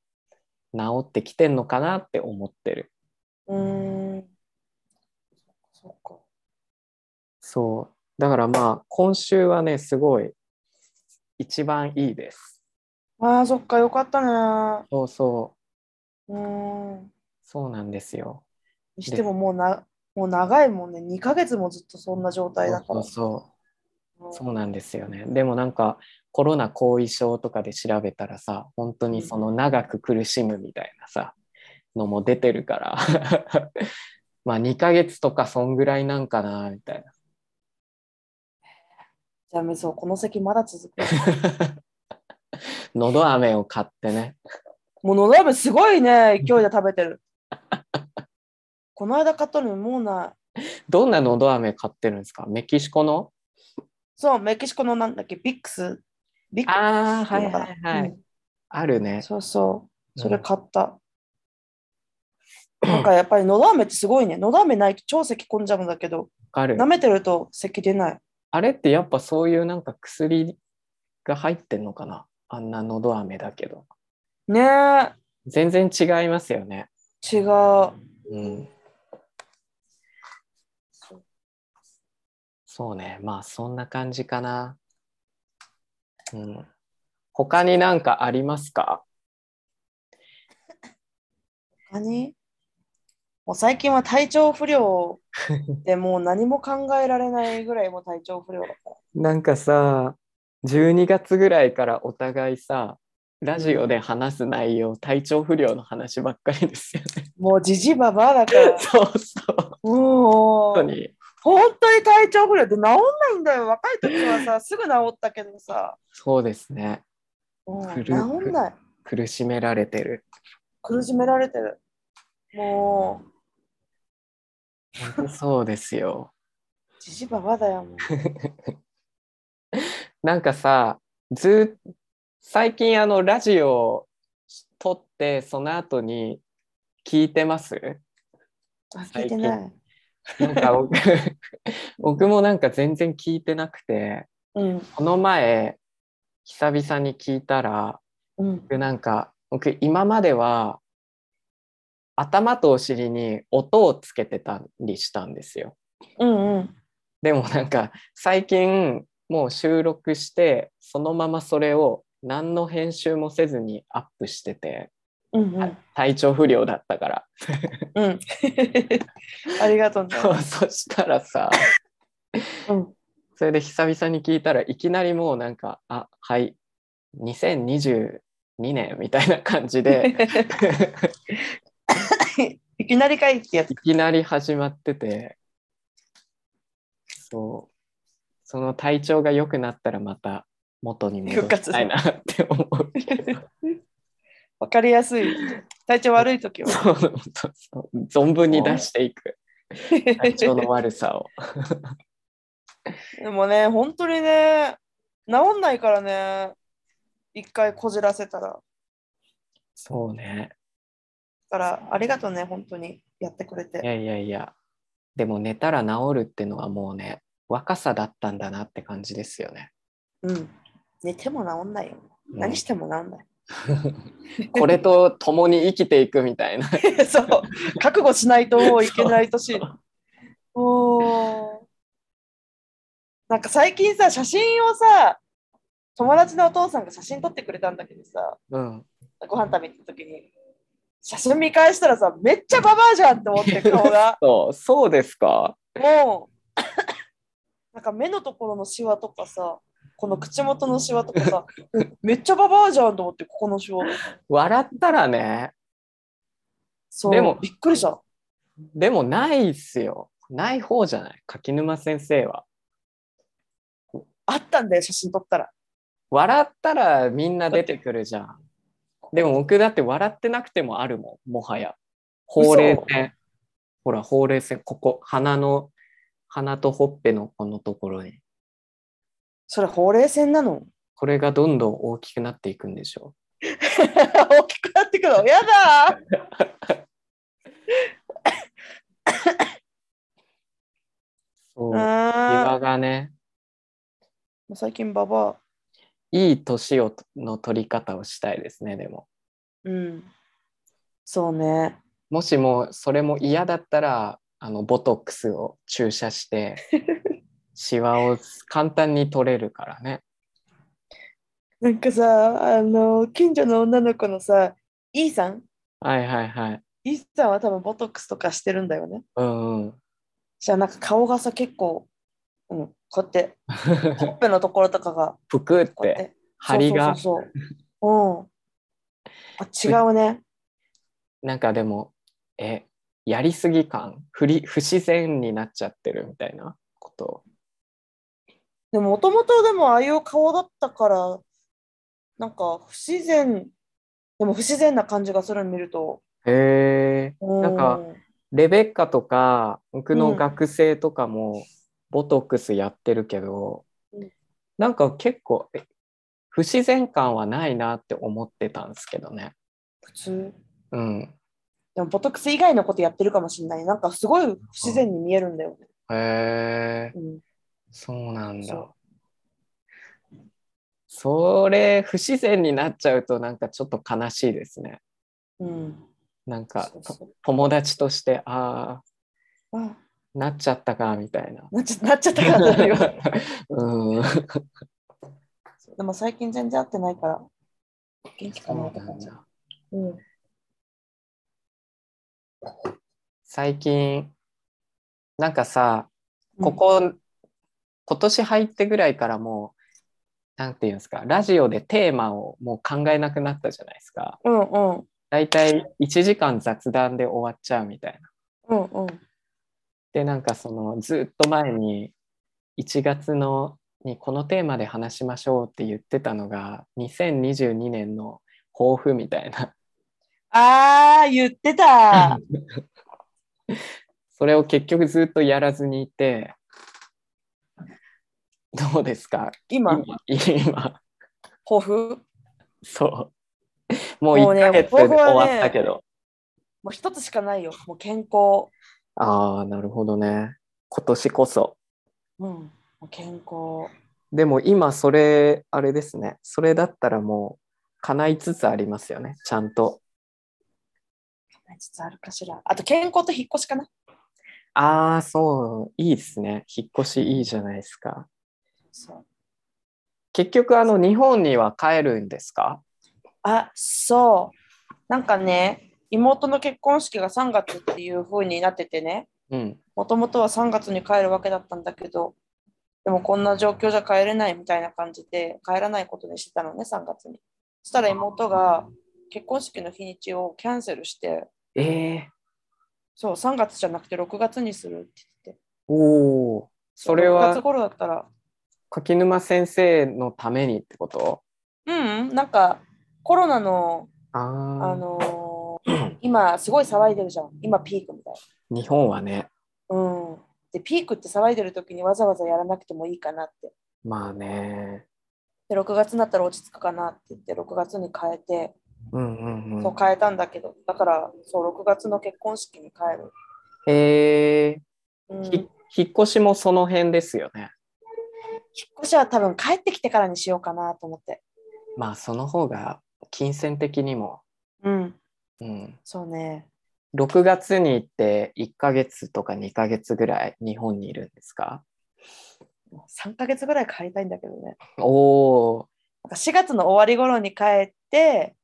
Speaker 2: 治ってきてんのかなって思ってる
Speaker 1: うんそっか
Speaker 2: そうだからまあ今週はねすごい一番いいです
Speaker 1: あーそっかよかったね
Speaker 2: そうそ
Speaker 1: う
Speaker 2: う
Speaker 1: ん
Speaker 2: そうなんですよ
Speaker 1: にしてももうなもう長いもんね2ヶ月もずっとそんな状態だか
Speaker 2: そ
Speaker 1: ら
Speaker 2: うそうそうなんですよねでもなんかコロナ後遺症とかで調べたらさ本当にその長く苦しむみたいなさのも出てるから まあ2ヶ月とかそんぐらいなんかなみたい
Speaker 1: じゃあそうこの先まだ続く
Speaker 2: な のど飴を買ってね
Speaker 1: もうのど飴すごいね、勢いで食べてる。 この間買ったのにもうない。
Speaker 2: どんなのど飴買ってるんですかメキシコの
Speaker 1: そう、メキシコのなんだっけ、ビックス。ビックス
Speaker 2: あー
Speaker 1: ってうのかな
Speaker 2: はいはいはい
Speaker 1: うん
Speaker 2: あるね
Speaker 1: そうそう、それ
Speaker 2: うん
Speaker 1: 買った。なんかやっぱりのど飴ってすごいね。のど飴ないと超咳込んじゃうんだけど、
Speaker 2: わかる
Speaker 1: 舐めてると咳出ない。
Speaker 2: あれってやっぱそういうなんか薬が入ってんのかなあんなのど飴だけど
Speaker 1: ねえ、
Speaker 2: 全然違いますよね。
Speaker 1: 違う。
Speaker 2: うん。そうね。まあそんな感じかな。うん。他になんかありますか
Speaker 1: 他にもう最近は体調不 良でもう何も考えられないぐらいもう体調不良だから。
Speaker 2: なんかさ12月ぐらいからお互いさラジオで話す内容、体調不良の話ばっかりですよ ね。
Speaker 1: もうじじばばだから。
Speaker 2: そうそう。
Speaker 1: も
Speaker 2: 本当
Speaker 1: う
Speaker 2: に。
Speaker 1: 本当に体調不良で治んないんだよ。若い時はさ、すぐ治ったけどさ、
Speaker 2: そうですね。
Speaker 1: うん
Speaker 2: 古い
Speaker 1: 治んない。
Speaker 2: 苦しめられてる。
Speaker 1: 苦しめられてる。も
Speaker 2: 本当そうですよ。
Speaker 1: う、じじばばだよ。もう
Speaker 2: なんかさ、ずっ最近あのラジオを撮ってその後に聞いてます
Speaker 1: あ聞いてない。
Speaker 2: なんか僕僕もなんか全然聞いてなくて
Speaker 1: うん。
Speaker 2: この前久々に聞いたら
Speaker 1: うん。
Speaker 2: 僕なんか僕今までは頭とお尻に音をつけてたりしたんですよ。
Speaker 1: うんうん。
Speaker 2: でもなんか最近もう収録してそのままそれを何の編集もせずにアップしてて
Speaker 1: うんうん。
Speaker 2: 体調不良だったから
Speaker 1: うん。 ありがとうね。
Speaker 2: そう そしたらさ
Speaker 1: うん。
Speaker 2: それで久々に聞いたらいきなりもうなんか「あはい2022年」みたいな感じ で
Speaker 1: いきなりかいってやつ
Speaker 2: い。きなり始まっててそうその体調が良くなったらまた元に戻したいなって思うけど。
Speaker 1: わかりやすい。体調悪い時は。
Speaker 2: そうそうそう存分に出してい く体調の悪さを
Speaker 1: でもね、本当にね、治んないからね、一回こじらせたら。だ
Speaker 2: そうね
Speaker 1: から、ありがとうね、本当にやってくれ
Speaker 2: い
Speaker 1: て。
Speaker 2: やいやいやでも寝たら治るってのはもうね若さだったんだなって感じですよね、
Speaker 1: うん。寝ても治んないよ。
Speaker 2: うん
Speaker 1: 何しても治んない。
Speaker 2: これと共に生きていくみたいな
Speaker 1: そう。覚悟しないともういけない年。おーなんか最近さ、写真をさ、友達のお父さんが写真撮ってくれたんだけどさ、
Speaker 2: うん
Speaker 1: ご飯食べに行った時に、写真見返したらさ、めっちゃババアじゃんって思って顔が。
Speaker 2: そうそうですか
Speaker 1: もう、 なんか目のところのシワとかさ、この口元のシワとか さ、えめっちゃババアじゃんと思って、ここのシワ。
Speaker 2: 笑ったらね
Speaker 1: そう、
Speaker 2: でも
Speaker 1: びっくりした。
Speaker 2: でもないっすよない方じゃない柿沼先生は
Speaker 1: あったんだよ、写真撮ったら。
Speaker 2: 笑ったらみんな出てくるじゃん。でも僕だって笑ってなくてもあるもん、もはや。ほうれい線。ほら、ほうれい線、ここ、鼻の、鼻とほっぺのこのところに。
Speaker 1: それ、ほうれい線な の
Speaker 2: これがどんどん大きくなっていくんでしょ
Speaker 1: 大きくなってくのやだー
Speaker 2: う。
Speaker 1: う
Speaker 2: そう。
Speaker 1: ーん
Speaker 2: 岩がね、
Speaker 1: もう最近ババア。
Speaker 2: いい年をの取り方をしたいですね、でも。
Speaker 1: うん。そうね。
Speaker 2: もしもそれも嫌だったら、あの、ボトックスを注射して、シワを簡単に取れるからね。
Speaker 1: なんかさ、あの、近所の女の子のさ、E さん
Speaker 2: はいはいはい。
Speaker 1: ?E さんは多分ボトックスとかしてるんだよね。
Speaker 2: うんうん。
Speaker 1: じゃあなんか顔がさ、結構、うん、こうや って、ほっぺのところとかが、
Speaker 2: ぷくっ
Speaker 1: こうやってて。
Speaker 2: 張りが
Speaker 1: そうそうそう。うん。あ違うね。
Speaker 2: なんかでもえやりすぎ感不り不自然になっちゃってるみたいなこと
Speaker 1: でも、もともとでもああいう顔だったから、なんか不自然、でも不自然な感じがするの見ると。
Speaker 2: へえ
Speaker 1: う
Speaker 2: なんか、レベッカとか僕の学生とかもボトックスやってるけど、
Speaker 1: うん
Speaker 2: なんか結構え不自然感はないなって思ってたんですけどね
Speaker 1: 普通。
Speaker 2: うん
Speaker 1: でも、ボトックス以外のことやってるかもしれない。なんかすごい不自然に見えるんだよね。
Speaker 2: へえ
Speaker 1: うん、
Speaker 2: そうなんだ
Speaker 1: そ
Speaker 2: それ不自然になっちゃうとなんかちょっと悲しいですね
Speaker 1: うん。
Speaker 2: なんか
Speaker 1: そうそう
Speaker 2: 友達としてああ
Speaker 1: あ
Speaker 2: なっちゃったかみた いな。
Speaker 1: なっちゃなっちゃったからだよ。
Speaker 2: うん、
Speaker 1: でも最近全然会ってないから、元気かな
Speaker 2: そ
Speaker 1: っ
Speaker 2: う
Speaker 1: て
Speaker 2: な
Speaker 1: 感
Speaker 2: ん
Speaker 1: じ。
Speaker 2: だ
Speaker 1: うん
Speaker 2: 最近なんかさここ、今年入ってぐらいからもうなんていうんですかラジオでテーマをもう考えなくなったじゃないですか
Speaker 1: うんうん
Speaker 2: だいたい1時間雑談で終わっちゃうみたい
Speaker 1: う
Speaker 2: な。
Speaker 1: んうん
Speaker 2: でなんかそのずっと前に1月のにこのテーマで話しましょうって言ってたのが2022年の抱負みたいな
Speaker 1: あー言ってた
Speaker 2: それを結局ずっとやらずにいてどうですか
Speaker 1: 今
Speaker 2: 今今
Speaker 1: 抱負
Speaker 2: そうもう
Speaker 1: もうね
Speaker 2: 1ヶ月で
Speaker 1: 僕
Speaker 2: 終
Speaker 1: はね
Speaker 2: わったけど、
Speaker 1: もう一つしかないよもう健康
Speaker 2: ああなるほどね今年こそ
Speaker 1: うんもう健康
Speaker 2: でも今それあれですねそれだったらもう叶いつつありますよねちゃんと
Speaker 1: 実はあるかしらあと健康と引っ越しかな
Speaker 2: ああ、そう、いいですね。引っ越しいいじゃないですか。
Speaker 1: そう
Speaker 2: 結局、あの、日本には帰るんですか
Speaker 1: あそうなんかね妹の結婚式が3月っていう風になっててね
Speaker 2: うん。
Speaker 1: もともとは3月に帰るわけだったんだけどでもこんな状況じゃ帰れないみたいな感じで帰らないことにしてたのね3月にそしたら妹が結婚式の日にちをキャンセルして
Speaker 2: ええ
Speaker 1: そう3月じゃなくて6月にするって言って
Speaker 2: おお、それ
Speaker 1: 6月
Speaker 2: は
Speaker 1: 頃だったら
Speaker 2: 柿沼先生のためにってこと
Speaker 1: うん、うん、なんかコロナの
Speaker 2: あ
Speaker 1: あ
Speaker 2: あ、
Speaker 1: のー今すごい騒いでるじゃん。今ピークみたい
Speaker 2: 日本はね、
Speaker 1: な。うん。で、ピークって騒いでる時にわざわざやらなくてもいいかなって。
Speaker 2: まあね、
Speaker 1: で、6月になったら落ち着くかなって言って、6月に変えて、
Speaker 2: うんうんう。
Speaker 1: そうん変えたんだけど、だから、そう、6月の結婚式に変える。
Speaker 2: ええ
Speaker 1: うん、
Speaker 2: ひ
Speaker 1: 引っ
Speaker 2: 引っ越しもその辺ですよね。
Speaker 1: 越しは多分帰ってきてからにしようかなと思って。
Speaker 2: まあ、その方が金銭的にも、
Speaker 1: うん。
Speaker 2: うん。
Speaker 1: そうね。
Speaker 2: 6月に行って1ヶ月とか2ヶ月ぐらい日本にいるんですか
Speaker 1: 3ヶ月ぐらい帰りたいんだけどね。
Speaker 2: おお、
Speaker 1: なんか4月の終わり頃に帰って、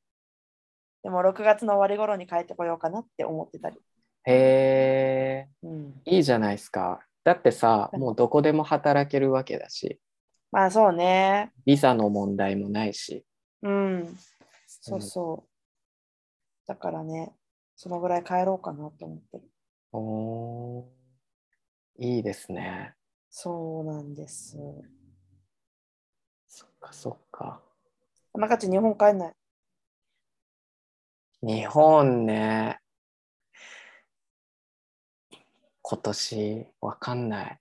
Speaker 1: でも6月の終わり頃に帰ってこようかなって思ってたり。
Speaker 2: へえ、
Speaker 1: うん。
Speaker 2: いいじゃないですか。だってさ、もうどこでも働けるわけだし、
Speaker 1: まあそうね。
Speaker 2: ビザの問題もないし。
Speaker 1: うん。そうそう。だからね、そのぐらい帰ろうかなと思ってる。
Speaker 2: おーいいですね。
Speaker 1: そうなんです。
Speaker 2: そっかそっか。
Speaker 1: 山勝日本帰んない。
Speaker 2: 日本ね、今年わかんない。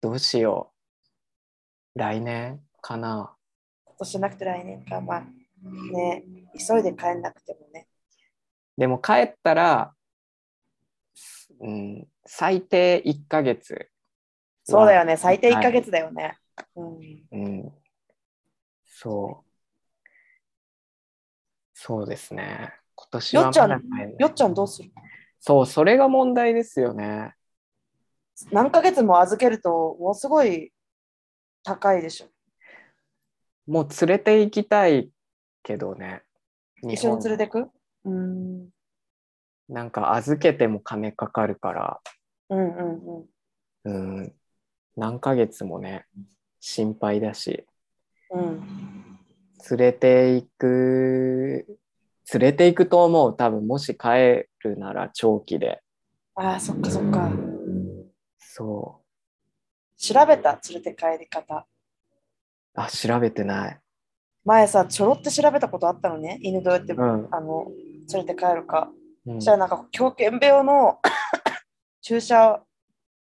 Speaker 2: どうしよう。来年かな。
Speaker 1: 今年なくて来年か。まあね、急いで帰んなくてもね。
Speaker 2: でも帰ったら、うん、最低1ヶ月
Speaker 1: そうだよね、最低
Speaker 2: は
Speaker 1: 1
Speaker 2: い
Speaker 1: ヶ月だよね。うん。
Speaker 2: うん。そう。そうですね。今年は
Speaker 1: よっちゃん
Speaker 2: まだ帰ない
Speaker 1: よっちゃんどうする
Speaker 2: そう、それが問題ですよね。
Speaker 1: 何ヶ月も預けると、もうすごい高いでしょ。
Speaker 2: もう連れて行きたいけどね。日
Speaker 1: 一緒
Speaker 2: 本
Speaker 1: に連れてくうん。
Speaker 2: なんか預けても金かかるから、
Speaker 1: うんうんうん。
Speaker 2: うん、何ヶ月もね、心配だし、
Speaker 1: うん、
Speaker 2: 連れて行く、連れて行くと思う。多分、もし帰るなら長期で。
Speaker 1: ああ、そっかそっか。
Speaker 2: そ
Speaker 1: 調べた、連れて帰り方。
Speaker 2: う。あ、調べてない。
Speaker 1: 前さちょろって調べたことあったのね犬どうやって、
Speaker 2: うん。
Speaker 1: あの連れて帰るか、
Speaker 2: うん
Speaker 1: そしたらなんか狂犬病の 注射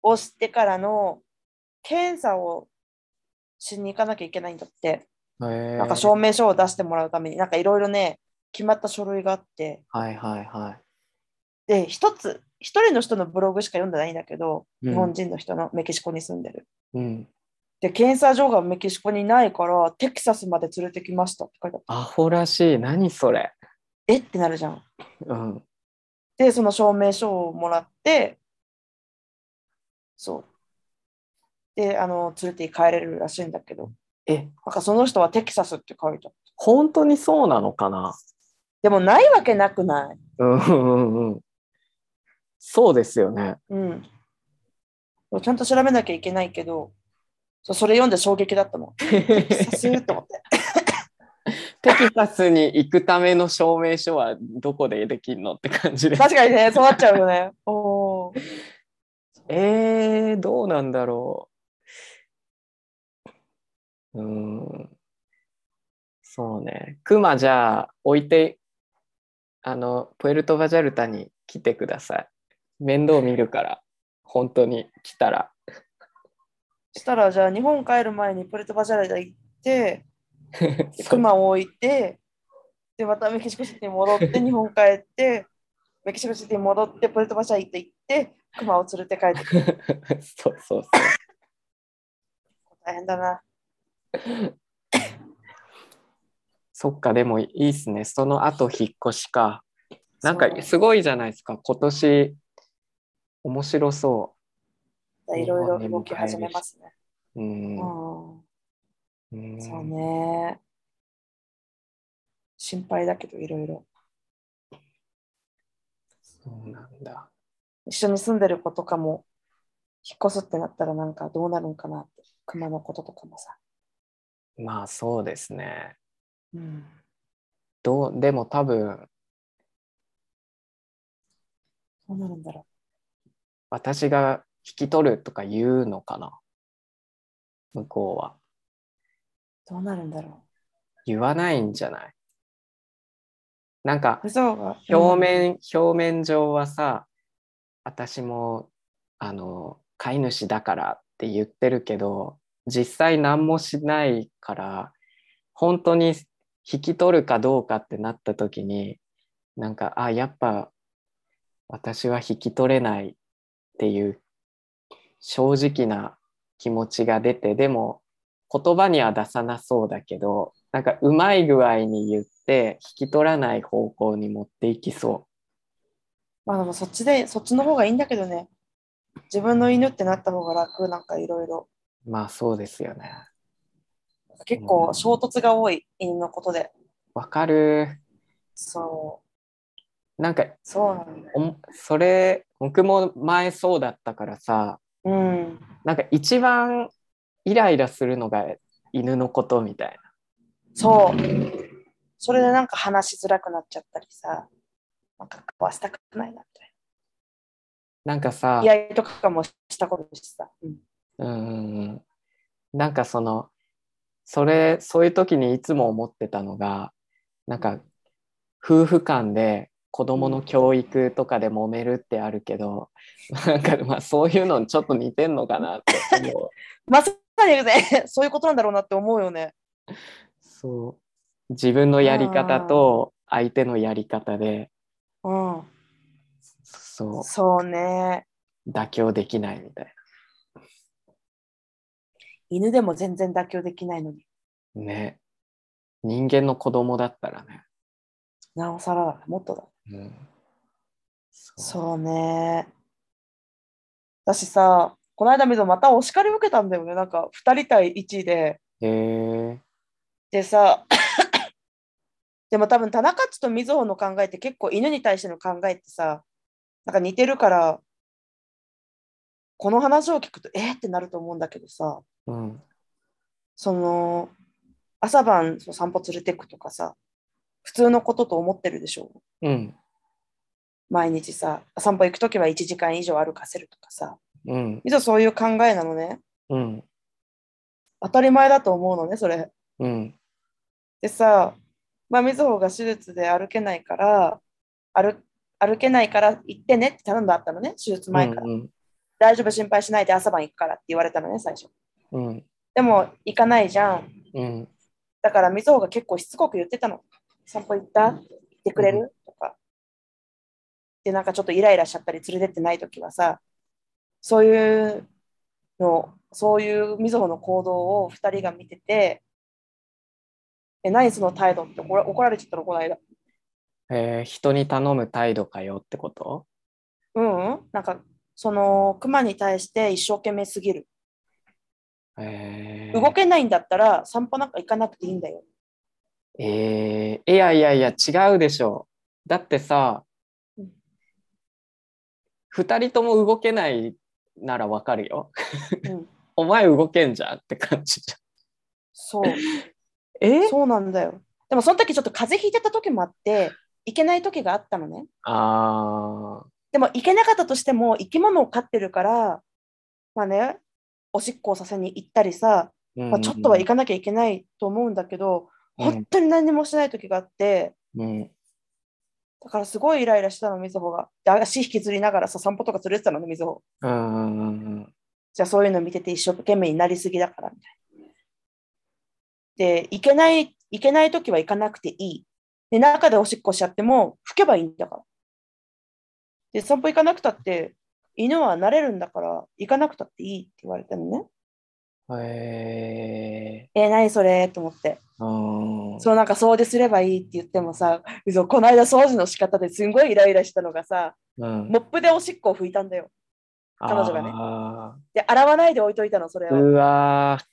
Speaker 1: をしてからの検査をしに行かなきゃいけないんだって、
Speaker 2: へえ
Speaker 1: なんか証明書を出してもらうためになんかいろいろね決まった書類があって
Speaker 2: はいはいは
Speaker 1: で一つ一人の人のブログしか読んでないんだけど、
Speaker 2: い。うん
Speaker 1: 日本人の人のメキシコに住んでる
Speaker 2: うん。
Speaker 1: で検査場がメキシコにないからテキサスまで連れてきましたって書いてあった
Speaker 2: アホらしい。何それ。
Speaker 1: えってなるじゃん
Speaker 2: うん。
Speaker 1: で、その証明書をもらって、そう。で、あの、連れて帰れるらしいんだけど、
Speaker 2: え、
Speaker 1: なんかその人はテキサスって書いた。
Speaker 2: 本当にそうなのかな
Speaker 1: でもないわけなくない。
Speaker 2: うんうんうん。そうですよね。
Speaker 1: うん。ちゃんと調べなきゃいけないけど、そうそれ読んで衝撃だったもん。
Speaker 2: テ
Speaker 1: さすーっと思って。
Speaker 2: キサスに行くための証明書はどこでできるのって感じで。
Speaker 1: 確かにね、そうなっちゃうよね。おー
Speaker 2: えー、どうなんだろう。うーん。そうね。クマじゃあ置いて、あの、プエルトバジャルタに来てください。面倒見るから、本当に来たら。
Speaker 1: したら、じゃあ日本帰る前にプレトバジャレタ行って、
Speaker 2: そう
Speaker 1: クマを置いて、で、またメキシコシティに戻 って、日本帰って、メキシコシティに戻って、プレトバジャレタ行って、クマを連れて帰って、
Speaker 2: そうそうそう。
Speaker 1: 大変だな。
Speaker 2: そっか、でもいいっすね。その後引っ越しか。なんかすごいじゃないですか。今年、面白そ
Speaker 1: そういろいろ動き始めますね。
Speaker 2: う。うん。
Speaker 1: うん
Speaker 2: うん
Speaker 1: そうね。心配だけど、いろいろ。
Speaker 2: そうなんだ。
Speaker 1: 一緒に住んでる子とかも、引っ越すってなったら、なんかどうなるんかなって、熊のこととかもさ。
Speaker 2: まあそうですね。
Speaker 1: うん、
Speaker 2: どうでも多分
Speaker 1: どうなるんだろ
Speaker 2: 私が引き取るとか言うのかな向こうは。
Speaker 1: う。どうなるんだろ
Speaker 2: 言わないんじゃないなんか
Speaker 1: う。そうが
Speaker 2: 表面、表面上はさ私もあの飼い主だからって言ってるけど実際何もしないから本当に引き取るかどうかってなった時になんかあやっぱ私は引き取れないっていう正直な気持ちが出てでも言葉には出さなそうだけどなんかうまい具合に言って引き取らない方向に持っていきそ
Speaker 1: まあでもそっちで、そっちの方がいいんだけどね。自分の犬ってなった方が楽、なんかいろいろ。
Speaker 2: うまあそうですよね
Speaker 1: 結構衝突が多い犬のことで。
Speaker 2: わかる
Speaker 1: そ
Speaker 2: なんか
Speaker 1: う、そうなんだよ。
Speaker 2: おもそれ僕も前そうだったからさ
Speaker 1: うん。
Speaker 2: なんか一番イライラするのが犬のことみたい
Speaker 1: そう。それでなんか話しづらくなっちゃったりさ、なんか壊したくないなみたい
Speaker 2: ななんかさ
Speaker 1: な。気合いとかもしたことしさ。うん
Speaker 2: うんうんうんなんかそのそれそういう時にいつも思ってたのがなんか夫婦間で子供の教育とかで揉めるってあるけど、なんかまあそういうのにちょっと似てんのかなって思う
Speaker 1: まさにね、 そういうことなんだろうなって思うよね。
Speaker 2: そう自分のやり方と相手のやり方で
Speaker 1: うん。
Speaker 2: そ
Speaker 1: そうね。
Speaker 2: う妥協できないみたい
Speaker 1: 犬でも全然妥協できないのに、
Speaker 2: なね人間の子供だったらね、
Speaker 1: なおさらだね、もっとだ。
Speaker 2: うん、う
Speaker 1: そうね。私さ、この間見るとまたお叱り受けたんだよね。なんか2人対1で。
Speaker 2: へえ
Speaker 1: でさでも多分田中っちとみずほの考えって結構犬に対しての考えってさなんか似てるからこの話を聞くとえーってなると思うんだけどさ
Speaker 2: うん
Speaker 1: その朝晩その散歩連れてくとかさ普通のことと思ってるでしょ
Speaker 2: うん
Speaker 1: 毎日さ散歩行く時は1時間以上歩かせるとかさ
Speaker 2: うん
Speaker 1: みずほそういう考えなのね
Speaker 2: うん
Speaker 1: 当たり前だと思うのねそれ
Speaker 2: うん
Speaker 1: でさ、まあ、みずほが手術で歩けないから、歩歩けないから行ってねって頼んだったのね、手術前から。
Speaker 2: うん
Speaker 1: 大丈夫、心配しないで朝晩行くからって言われたのね、最初。
Speaker 2: うん
Speaker 1: でも、行かないじゃん。
Speaker 2: うん
Speaker 1: だから、みずほが結構しつこく言ってたの。散歩行った行ってくれる、とか。で、なんかちょっとイライラしちゃったり、連れてってない時はさ、そういうの、そういうみずほの行動を2人が見てて、え、何その態度って怒ら怒られちゃったの、この間。
Speaker 2: えー人に頼む態度かよってこと
Speaker 1: うん、うん、なんかそのクマに対して一生懸命すぎる
Speaker 2: えー
Speaker 1: 動けないんだったら散歩なんか行かなくていいんだよ
Speaker 2: えーいやいやいや違うでしょだってさ
Speaker 1: うん
Speaker 2: 2人とも動けないならわかるよ。
Speaker 1: う ん
Speaker 2: お前動けんじゃんって感じじ
Speaker 1: そう。
Speaker 2: ゃん。え
Speaker 1: そうなんだよ。でもその時ちょっと風邪ひいてた時もあって、行けない時があったのね。
Speaker 2: ああ、
Speaker 1: でも行けなかったとしても、生き物を飼ってるから、まあね、おしっこをさせに行ったりさ、
Speaker 2: うん
Speaker 1: まあ、ちょっとは行かなきゃいけないと思うんだけど、
Speaker 2: うん
Speaker 1: 本当に何にもしない時があって、
Speaker 2: うん、
Speaker 1: だからすごいイライラしてたの、みずほが。で、足引きずりながらさ、散歩とか連れてたのね、みずほ。
Speaker 2: うんうんうんうん
Speaker 1: じゃあそういうの見てて一生懸命になりすぎだからみたいな。で、行けない、行けないときは行かなくていい。で、中でおしっこしちゃっても、拭けばいいんだから。で、散歩行かなくたって、犬は慣れるんだから、行かなくたっていいって言われたのね。
Speaker 2: へえ
Speaker 1: えー、何それと思って。
Speaker 2: うん
Speaker 1: そう、なんか掃除すればいいって言ってもさ、嘘この間掃除の仕方ですんごいイライラしたのがさ、
Speaker 2: うん
Speaker 1: モップでおしっこを拭いたんだよ。彼女がね
Speaker 2: あ
Speaker 1: で、洗わないで置いといたの、それ
Speaker 2: ー
Speaker 1: を。
Speaker 2: うわー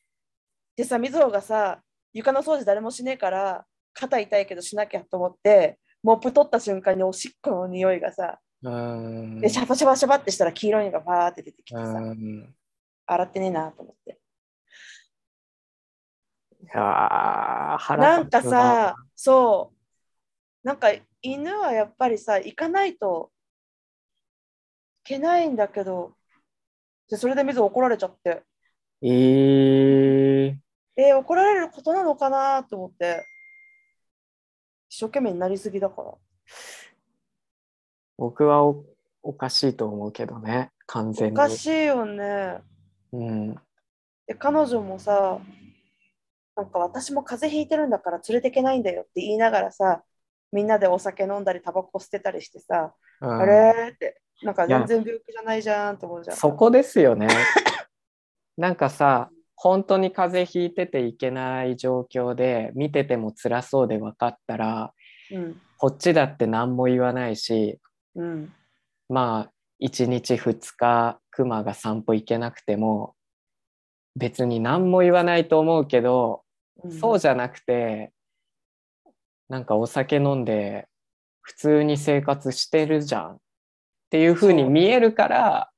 Speaker 1: でさ、みずほがさ、床の掃除誰もしねえから、肩痛いけどしなきゃと思って、モップ取った瞬間におしっこの匂いがさ、
Speaker 2: うん
Speaker 1: で、シャバシャバシャバってしたら黄色いのがバーって出てきて
Speaker 2: う
Speaker 1: さ、
Speaker 2: ん
Speaker 1: 洗ってねえなと思って。
Speaker 2: いやー腹
Speaker 1: なん
Speaker 2: 立
Speaker 1: か
Speaker 2: つな
Speaker 1: さ、そう、なんか犬はやっぱりさ、行かないといけないんだけど、でそれでみずほ怒られちゃって、
Speaker 2: ええ
Speaker 1: えー怒られることなのかなと思って、一生懸命になりすぎだから。
Speaker 2: 僕はおおかしいと思うけどね完全
Speaker 1: お
Speaker 2: に
Speaker 1: かしいよね。
Speaker 2: うん
Speaker 1: で彼女もさなんか私も風邪ひいてるんだから連れてけないんだよって言いながらさみんなでお酒飲んだりタバコ捨てたりしてさ、
Speaker 2: うん
Speaker 1: あれーってなんか
Speaker 2: いや
Speaker 1: 全然病気じゃないじゃんって思うじゃん
Speaker 2: そこですよね なんかさ本当に風邪ひいてていけない状況で見てても辛そうで分かったら
Speaker 1: うん
Speaker 2: こっちだって何も言わないし
Speaker 1: うん
Speaker 2: まあ1日2日クマが散歩行けなくても別に何も言わないと思うけど、
Speaker 1: うん
Speaker 2: そうじゃなくてなんかお酒飲んで普通に生活してるじゃんっていう風に
Speaker 1: そう
Speaker 2: 見えるから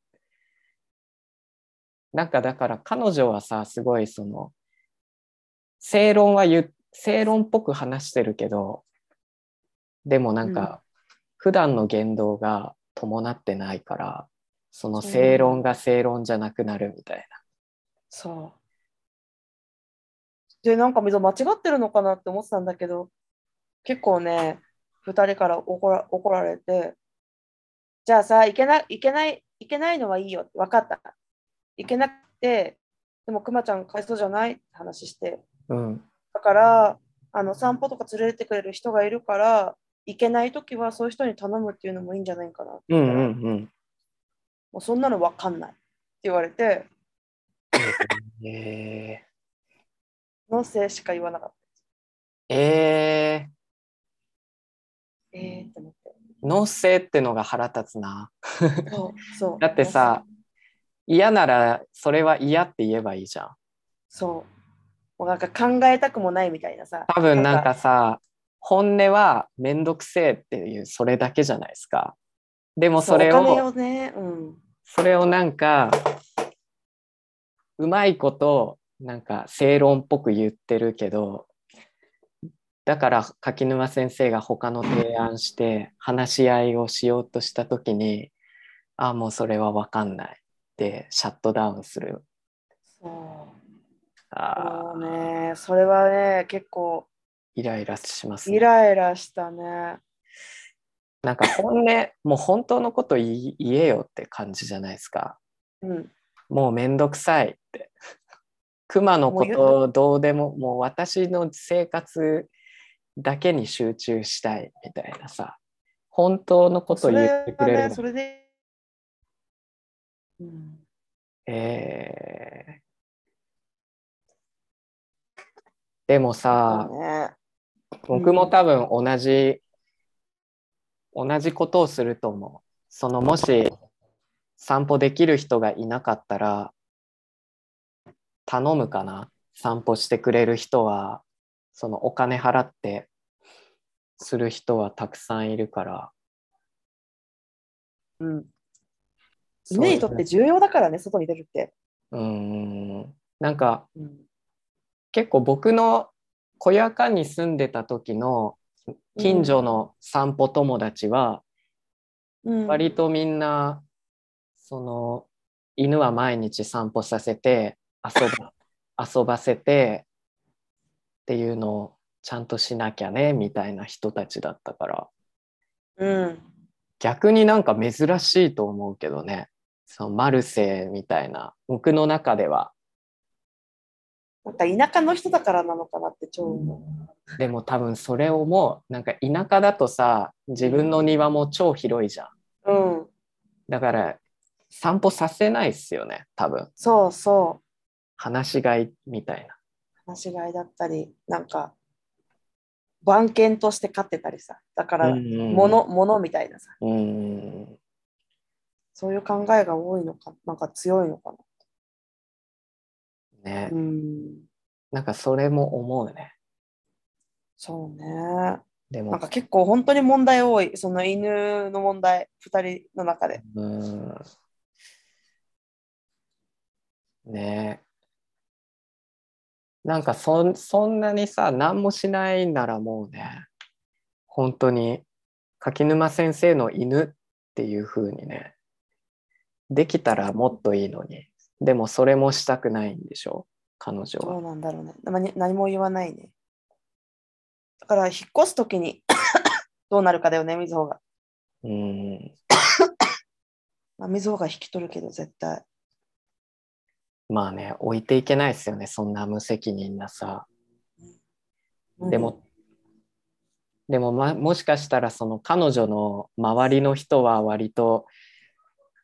Speaker 2: なんかだから彼女はさすごいその正論は言う正論っぽく話してるけどでもなん
Speaker 1: うん
Speaker 2: か普段の言動が伴ってないからその
Speaker 1: そう
Speaker 2: 正論が正論じゃなくなるみたい
Speaker 1: そうでなんか溝間違ってるのかなって思ってたんだけど結構ね2人から怒ら怒られてじゃあさいけないいけないいけないのはいいよ分かったいけなくてでもくまちゃんかわいそうじゃないって話して
Speaker 2: な。うん
Speaker 1: だからあの散歩とか連れてくれる人がいるから行けない時はそういう人に頼むっていうのもいいんじゃないかなって
Speaker 2: う
Speaker 1: 言っ
Speaker 2: ん
Speaker 1: た
Speaker 2: う
Speaker 1: ら
Speaker 2: んうん
Speaker 1: もうそんなの分かんないって言われて
Speaker 2: え
Speaker 1: のせいしか言わなかった
Speaker 2: ー、え
Speaker 1: えーって思って
Speaker 2: ー、のせいってのが腹立つな。
Speaker 1: そうそう
Speaker 2: だってさ嫌ならそれは嫌って言えばいいじゃん。
Speaker 1: そう。もうなんか考えたくもないみたいなさ。
Speaker 2: 多分なんかさ本音はめんどくせえっていうそれだけじゃないですか。でもそれ
Speaker 1: うお金
Speaker 2: を
Speaker 1: をね、うん。
Speaker 2: それをなんかうまいことなんか正論っぽく言ってるけどだから柿沼先生が他の提案して話し合いをしようとした時にあもうそれは分かんないってシャットダウンする。
Speaker 1: そう。そ
Speaker 2: あ
Speaker 1: うね、それはね、結構
Speaker 2: ーイライラします、
Speaker 1: イ
Speaker 2: ね。
Speaker 1: ライラしたね。
Speaker 2: なんか本音もう本当のこと言い言えよって感じじゃないですか。
Speaker 1: うん。
Speaker 2: もうめんどくさいって。 熊のこ
Speaker 1: も
Speaker 2: とをどうでも、もう私の生活だけに集中したいみたいなさ、本当のこと
Speaker 1: そ
Speaker 2: を言
Speaker 1: れ
Speaker 2: ってく
Speaker 1: は
Speaker 2: れる
Speaker 1: ね、
Speaker 2: の
Speaker 1: それで。うん、
Speaker 2: えーでもさ、
Speaker 1: そうね、
Speaker 2: 僕も多分同じ、同じことをすると思う。そのもし散歩できる人がいなかったら頼むかな散歩してくれる人はそのお金払ってする人はたくさんいるから
Speaker 1: うん。犬にとって重要だからね、外に出るって。
Speaker 2: うんなんか
Speaker 1: うん
Speaker 2: 結構僕の小屋間に住んでた時の近所の散歩友達は
Speaker 1: うん
Speaker 2: 割とみんなその犬は毎日散歩させて遊 ば遊ばせてっていうのをちゃんとしなきゃねみたいな人たちだったから
Speaker 1: うん、
Speaker 2: 逆になんか珍しいと思うけどねそのマルセイみたいな僕の中では
Speaker 1: なんか田舎の人だからなのかなって超思
Speaker 2: でも多分それをもうなんか田舎だとさ自分の庭も超広いじゃん
Speaker 1: う。うん、
Speaker 2: だから散歩させないっすよね多分
Speaker 1: そうそう。
Speaker 2: 話し飼いみたいな
Speaker 1: 放し飼いだったり、なんか、番犬として飼ってたりさ、だから、
Speaker 2: 物
Speaker 1: 物、物みたいなさ、
Speaker 2: うん
Speaker 1: そういう考えが多いのか、なんか強いのかな。
Speaker 2: ね
Speaker 1: うん、
Speaker 2: なんかそれも思うね
Speaker 1: そうね。
Speaker 2: で
Speaker 1: なん
Speaker 2: も
Speaker 1: か結構本当に問題多い、その犬の問題、2人の中で。
Speaker 2: うんねなんかそんそんなにさ何もしないならもうね本当に柿沼先生の犬っていう風にねできたらもっといいのにでもそれもしたくないんでしょ彼女
Speaker 1: ど
Speaker 2: は
Speaker 1: うなんだろうね。まあに何も言わないね。だから、引っ越すときに どうなるかだよね、みずほが。
Speaker 2: うん
Speaker 1: まあ、みずほが引き取るけど、絶対。
Speaker 2: まあね置いていけないですよねそんな無責任なさでも、でも、ま、もしかしたらその彼女の周りの人は割と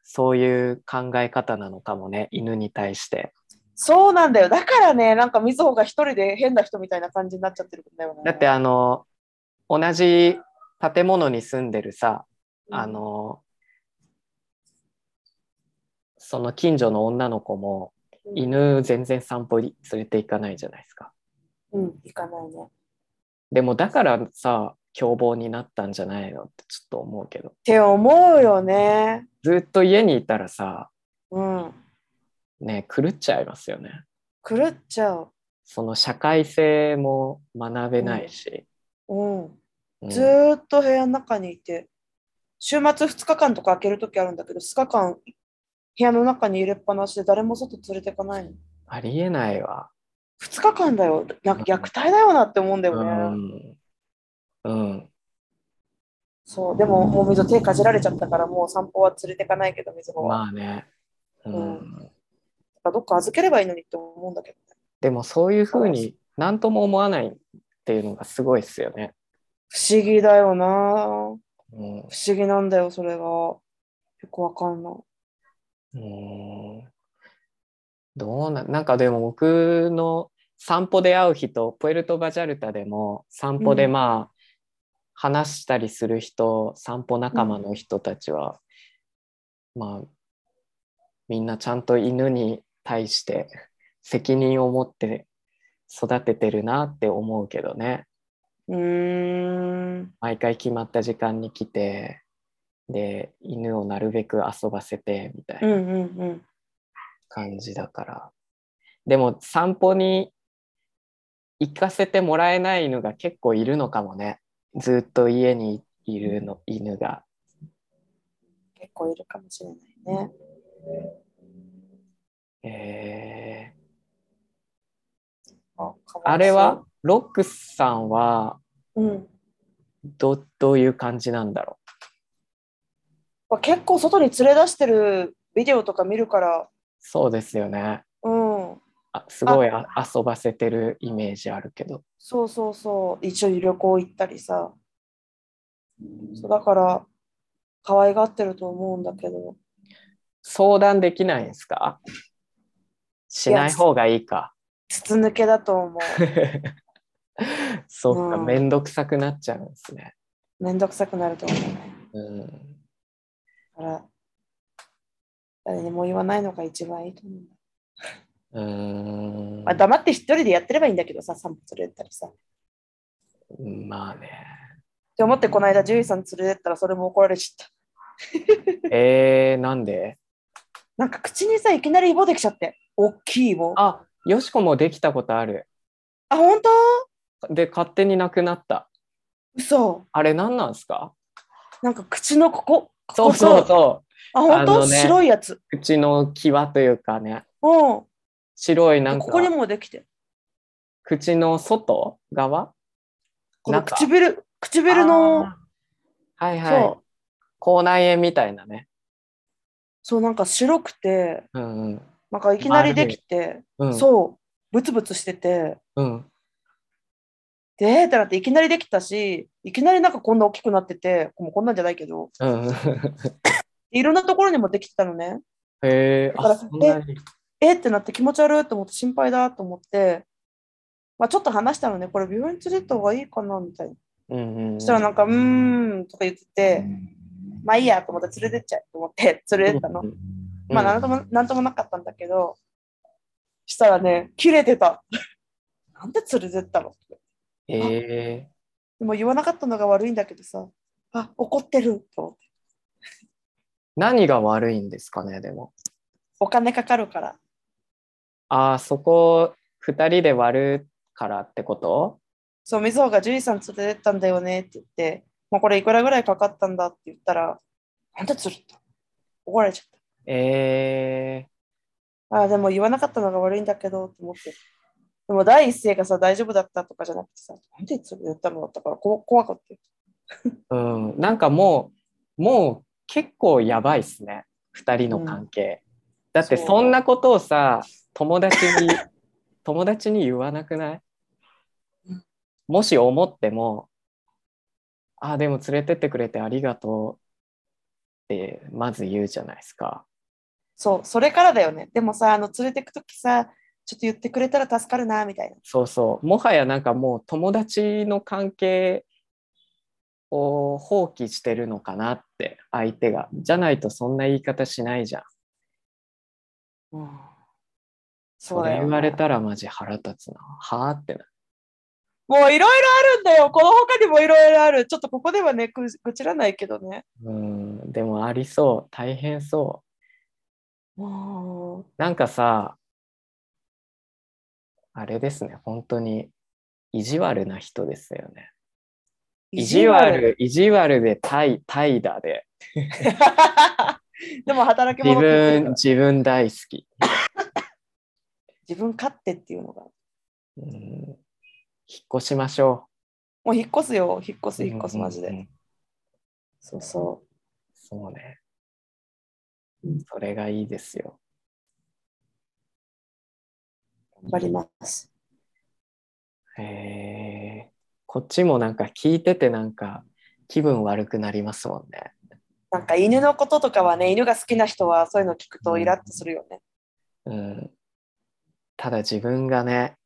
Speaker 2: そういう考え方なのかもね犬に対して。
Speaker 1: そうなんだよ。だからね、なんかみずほが一人で変な人みたいな感じになっちゃってるんだよね。
Speaker 2: だってあの同じ建物に住んでるさ
Speaker 1: うん
Speaker 2: あ、のその近所の女の子も
Speaker 1: うん、
Speaker 2: 犬全然散歩に連れて行かないじゃないですか。
Speaker 1: うん、行かないね。っ
Speaker 2: でもだからさ凶暴になったんじゃないのってちょっと思うけど
Speaker 1: て思うよね。
Speaker 2: ずっと家にいたらさ
Speaker 1: うん。
Speaker 2: ね狂っちゃいますよね。
Speaker 1: 狂っちゃう。
Speaker 2: その社会性も学べないし、
Speaker 1: うん。
Speaker 2: うん
Speaker 1: ずーっと部屋の中にいて、週末2日間とか開けるときあるんだけど、2日間部屋の中に入れっぱなしで誰も外連れてかないの。
Speaker 2: ありえないわ。
Speaker 1: 2日間だよ。なんか虐待だよなって思うんだ
Speaker 2: う
Speaker 1: よね。
Speaker 2: ん、うん、
Speaker 1: そう、でももうみずほ手かじられちゃったから、もう散歩は連れてかないけど、みずほは。
Speaker 2: まあね、うん
Speaker 1: うだからどっか預ければいいのにって思うんだけどね。
Speaker 2: でもそういうふうに何とも思わないっていうのがすごいですよね。
Speaker 1: 不思議だよな。
Speaker 2: うん
Speaker 1: 不思議なんだよ、それが。よくわかんない。
Speaker 2: うん、どうななんかでも僕の散歩で会う人プエルトバジャルタでも散歩で
Speaker 1: うん
Speaker 2: まあ、話したりする人散歩仲間の人たちは、まあみんなちゃんと犬に対して責任を持って育ててるなって思うけどね
Speaker 1: うーん。
Speaker 2: 毎回決まった時間に来てで犬をなるべく遊ばせてみたいな
Speaker 1: うんう。ん
Speaker 2: 感じだから。でも散歩に行かせてもらえない犬が結構いるのかもね。ずっと家にいるの犬が。
Speaker 1: うん。結構いるかもしれないね。
Speaker 2: えー
Speaker 1: あかわいそう
Speaker 2: あれはロックスさんは
Speaker 1: うん。
Speaker 2: どどういう感じなんだろ
Speaker 1: まあ、結構外に連れ出してるビデオとか見るから、
Speaker 2: う。そうですよね。
Speaker 1: うん。
Speaker 2: あすごいあ遊ばせてるイメージあるけど。
Speaker 1: そうそうそう。一緒に旅行行ったりさ。そうだから、可愛がってると思うんだけど。
Speaker 2: 相談できないんですかしない方がいいか。
Speaker 1: 筒抜けだと思
Speaker 2: そっか、
Speaker 1: うん
Speaker 2: めんどくさくなっちゃうんですね。
Speaker 1: う。めんどくさくなると思うね。
Speaker 2: う
Speaker 1: だ
Speaker 2: ん
Speaker 1: から、誰にも言わないのが一番いいと思う。
Speaker 2: うーん
Speaker 1: まあ、黙って一人でやってればいいんだけどさ、散歩連れてったりさ。っ
Speaker 2: まあね。
Speaker 1: て思って、この間、獣医さん連れてったらそれも怒られちゃった。
Speaker 2: えー、なんで
Speaker 1: なんか口にさ、いきなりイボできちゃって。大きいイボ。あ、
Speaker 2: あよしこもできたことある
Speaker 1: 本当
Speaker 2: で勝手になくなった
Speaker 1: 嘘。
Speaker 2: あれ何なんすか
Speaker 1: なんか口のここ。ここ
Speaker 2: そうそうそう
Speaker 1: あ、本
Speaker 2: あ
Speaker 1: 当、
Speaker 2: のね
Speaker 1: 白いやつ。
Speaker 2: 口の際というかね
Speaker 1: うん。
Speaker 2: 白いなんか
Speaker 1: ここにもできて。
Speaker 2: 口の外側
Speaker 1: この
Speaker 2: 中
Speaker 1: 唇、唇の、
Speaker 2: あーはいはい
Speaker 1: そう、
Speaker 2: 口内炎みたいなね
Speaker 1: そう、なんか白くて、
Speaker 2: うんうん
Speaker 1: なんかいきなりできて、
Speaker 2: うん
Speaker 1: そう、ブツブツしてて、
Speaker 2: うん
Speaker 1: でえーってなって、いきなりできたし、いきなりなんかこんな大きくなってて、もうこんなんじゃないけど、
Speaker 2: うん うん
Speaker 1: いろんなところにもできてたのね。
Speaker 2: へえ
Speaker 1: だか
Speaker 2: あ
Speaker 1: ら
Speaker 2: そんなに
Speaker 1: えーってなって気持ち悪いと思って心配だと思って、まあ、ちょっと話したのね、これ病院連れてった方がいいかなみたいな。
Speaker 2: うんうんうん
Speaker 1: そしたらなんか、うーんとか言ってて、まあいいやと思って連れてっちゃえと思 って連れてったの
Speaker 2: う。んうん
Speaker 1: まあなんとも、なんともなかったんだけど、したらね、切れてた。なんで連れてったの
Speaker 2: へえ
Speaker 1: でも言わなかったのが悪いんだけどさ、あ、怒ってると思って。
Speaker 2: 何が悪いんですかねでも
Speaker 1: お金かかるから。
Speaker 2: ああそこ2人で割るからってこと
Speaker 1: そう、みずほが獣医さん連れてったんだよねって言って、もうこれいくらぐらいかかったんだって言ったら、なんで連れてったの怒られちゃっ
Speaker 2: ええ
Speaker 1: た。あ、でも言わなかったのが悪いんだけどと思って。でも第一声がさ、大丈夫だったとかじゃなくてさ、なんで連れてったのだったからこ怖かったよ。
Speaker 2: うんなんかもうもう結構やばいっすね2人の関係、だって
Speaker 1: そう
Speaker 2: そんなことをさ友達に 友達に言わなくない
Speaker 1: うん
Speaker 2: もし思ってもああでも連れてってくれてありがとうってまず言うじゃないですか
Speaker 1: そう、それからだよね。でもさ、あの連れてくときさ、ちょっと言ってくれたら助かるな、みたいな。
Speaker 2: そうそうもはやなんかもう友達の関係を放棄してるのかなって相手がじゃないとそんな言い方しないじゃん
Speaker 1: そ
Speaker 2: そう
Speaker 1: だ
Speaker 2: れ
Speaker 1: よ、
Speaker 2: 言われたらマジ腹立つなはあってな
Speaker 1: もういろいろあるんだよ。この他にもいろいろある。ちょっとここではね、ぐ愚痴らないけどね。
Speaker 2: うんでもありそう大変そう
Speaker 1: も
Speaker 2: なんかさあれですね本当に意地悪な人ですよね
Speaker 1: う
Speaker 2: 意地。悪意地悪で怠怠惰で
Speaker 1: でも働き者って言ってる
Speaker 2: 自
Speaker 1: か
Speaker 2: 分
Speaker 1: ら
Speaker 2: 自分大好き
Speaker 1: 自分勝手っていうのが。
Speaker 2: うん引っ越しましょ
Speaker 1: もう引っ越すよ。引っ越
Speaker 2: う。
Speaker 1: す、引っ越す、マジ
Speaker 2: うんう
Speaker 1: で。
Speaker 2: んうん
Speaker 1: そうそ
Speaker 2: そうね
Speaker 1: うん。
Speaker 2: それがいいですよ。
Speaker 1: う。頑張ります。
Speaker 2: へえ。こっちもなんか聞いててなんか気分悪くなりますもんね。
Speaker 1: なんか犬のこととかはね、犬が好きな人はそういうの聞くとイラッとするよね。
Speaker 2: うん。ただ自分がね、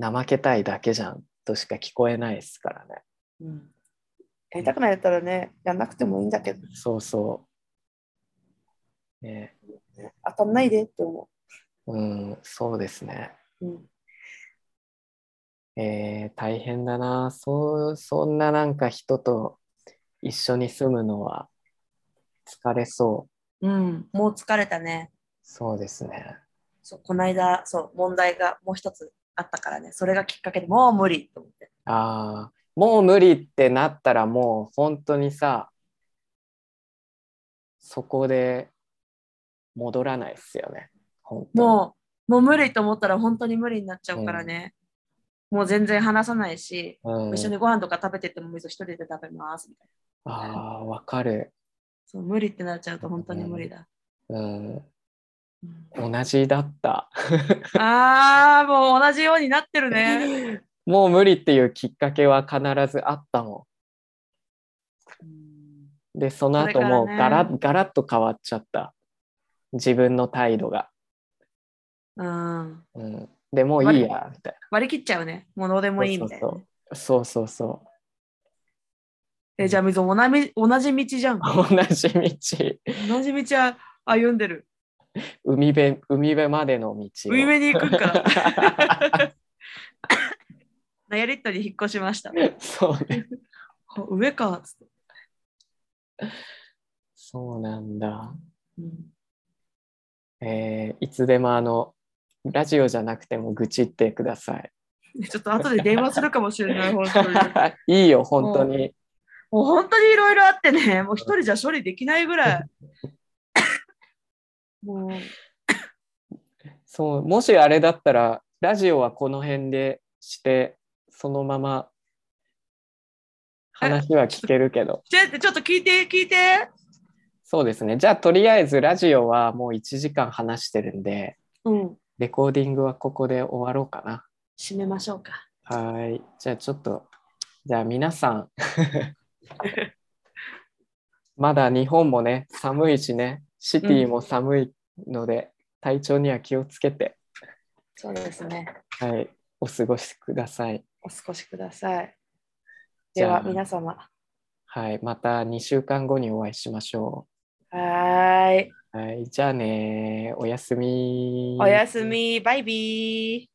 Speaker 2: 怠けたいだけじゃんとしか聞こえないですからね。
Speaker 1: うん。やりたくないやったらね、やんなくてもいいんだけど、
Speaker 2: そうそう。ね。
Speaker 1: 当たんないでって思
Speaker 2: うん、そうですね。
Speaker 1: う。うん。
Speaker 2: えー、大変だなそう、そんななんか人と一緒に住むのは疲れそう。
Speaker 1: うん、もう疲れたね。
Speaker 2: そうですね。
Speaker 1: そうこの間そう問題がもう一つあったからねそれがきっかけでもう無理と思って
Speaker 2: ああ、もう無理ってなったらもう本当にさ、そこで戻らないっすよね。本当に
Speaker 1: もうもう無理と思ったら本当に無理になっちゃうからね、もう全然話さないし、
Speaker 2: うん、
Speaker 1: 一緒にご飯とか食べててもみず一人で食べますみたいな
Speaker 2: ああ、わかる。
Speaker 1: そう無理ってなっちゃうと本当に無理だ、
Speaker 2: うん、
Speaker 1: うん
Speaker 2: 同じだった。
Speaker 1: あーもう同じようになってるね、
Speaker 2: もう無理っていうきっかけは必ずあったもん。
Speaker 1: うん
Speaker 2: でその後
Speaker 1: それから
Speaker 2: もう
Speaker 1: ね
Speaker 2: ガラ,、ガラッと変わっちゃった自分の態度が、
Speaker 1: うん、
Speaker 2: うん、でもういいやみたい
Speaker 1: 割り切っちゃうねもうどうでもいいみたいなね、
Speaker 2: そうなそうそうそ
Speaker 1: えじゃあみずおなみ同じ道じゃん
Speaker 2: う同じ道
Speaker 1: 同じ道は歩んでる
Speaker 2: 海辺海辺までの道を
Speaker 1: 海辺に行くんか ナヤリットに引っ越しました。
Speaker 2: そうね
Speaker 1: あ上かつって、
Speaker 2: そうなんだえーいつでもあのラジオじゃなくても愚痴ってください。
Speaker 1: ちょっと後で電話するかもしれない、本当に。 もう
Speaker 2: いいよ本当に。
Speaker 1: 本当にいろいろあってね、もう一人じゃ処理できないぐ らい。もう、
Speaker 2: そうもしあれだったらラジオはこの辺でしてそのまま話は聞けるけど
Speaker 1: ちょっとちょっと聞いて、聞いて。
Speaker 2: そうですねじゃあとりあえずラジオはもう1時間話してるんで
Speaker 1: うん、
Speaker 2: レコーディングはここで終わろうかな。
Speaker 1: 締めましょうか。
Speaker 2: はーい。じゃあちょっと、じゃあ皆さん。まだ日本もね、寒いしね、シティも寒いので、体調には気をつけて、
Speaker 1: そうですね。
Speaker 2: はい、お過ごしください。
Speaker 1: お過ごしください。
Speaker 2: じ
Speaker 1: で
Speaker 2: ゃあ
Speaker 1: は、皆様。
Speaker 2: はい、また2週間後にお会いしましょ
Speaker 1: はーい。
Speaker 2: う。はい、じゃあね、おやすみ。
Speaker 1: おやすみ。バイビー。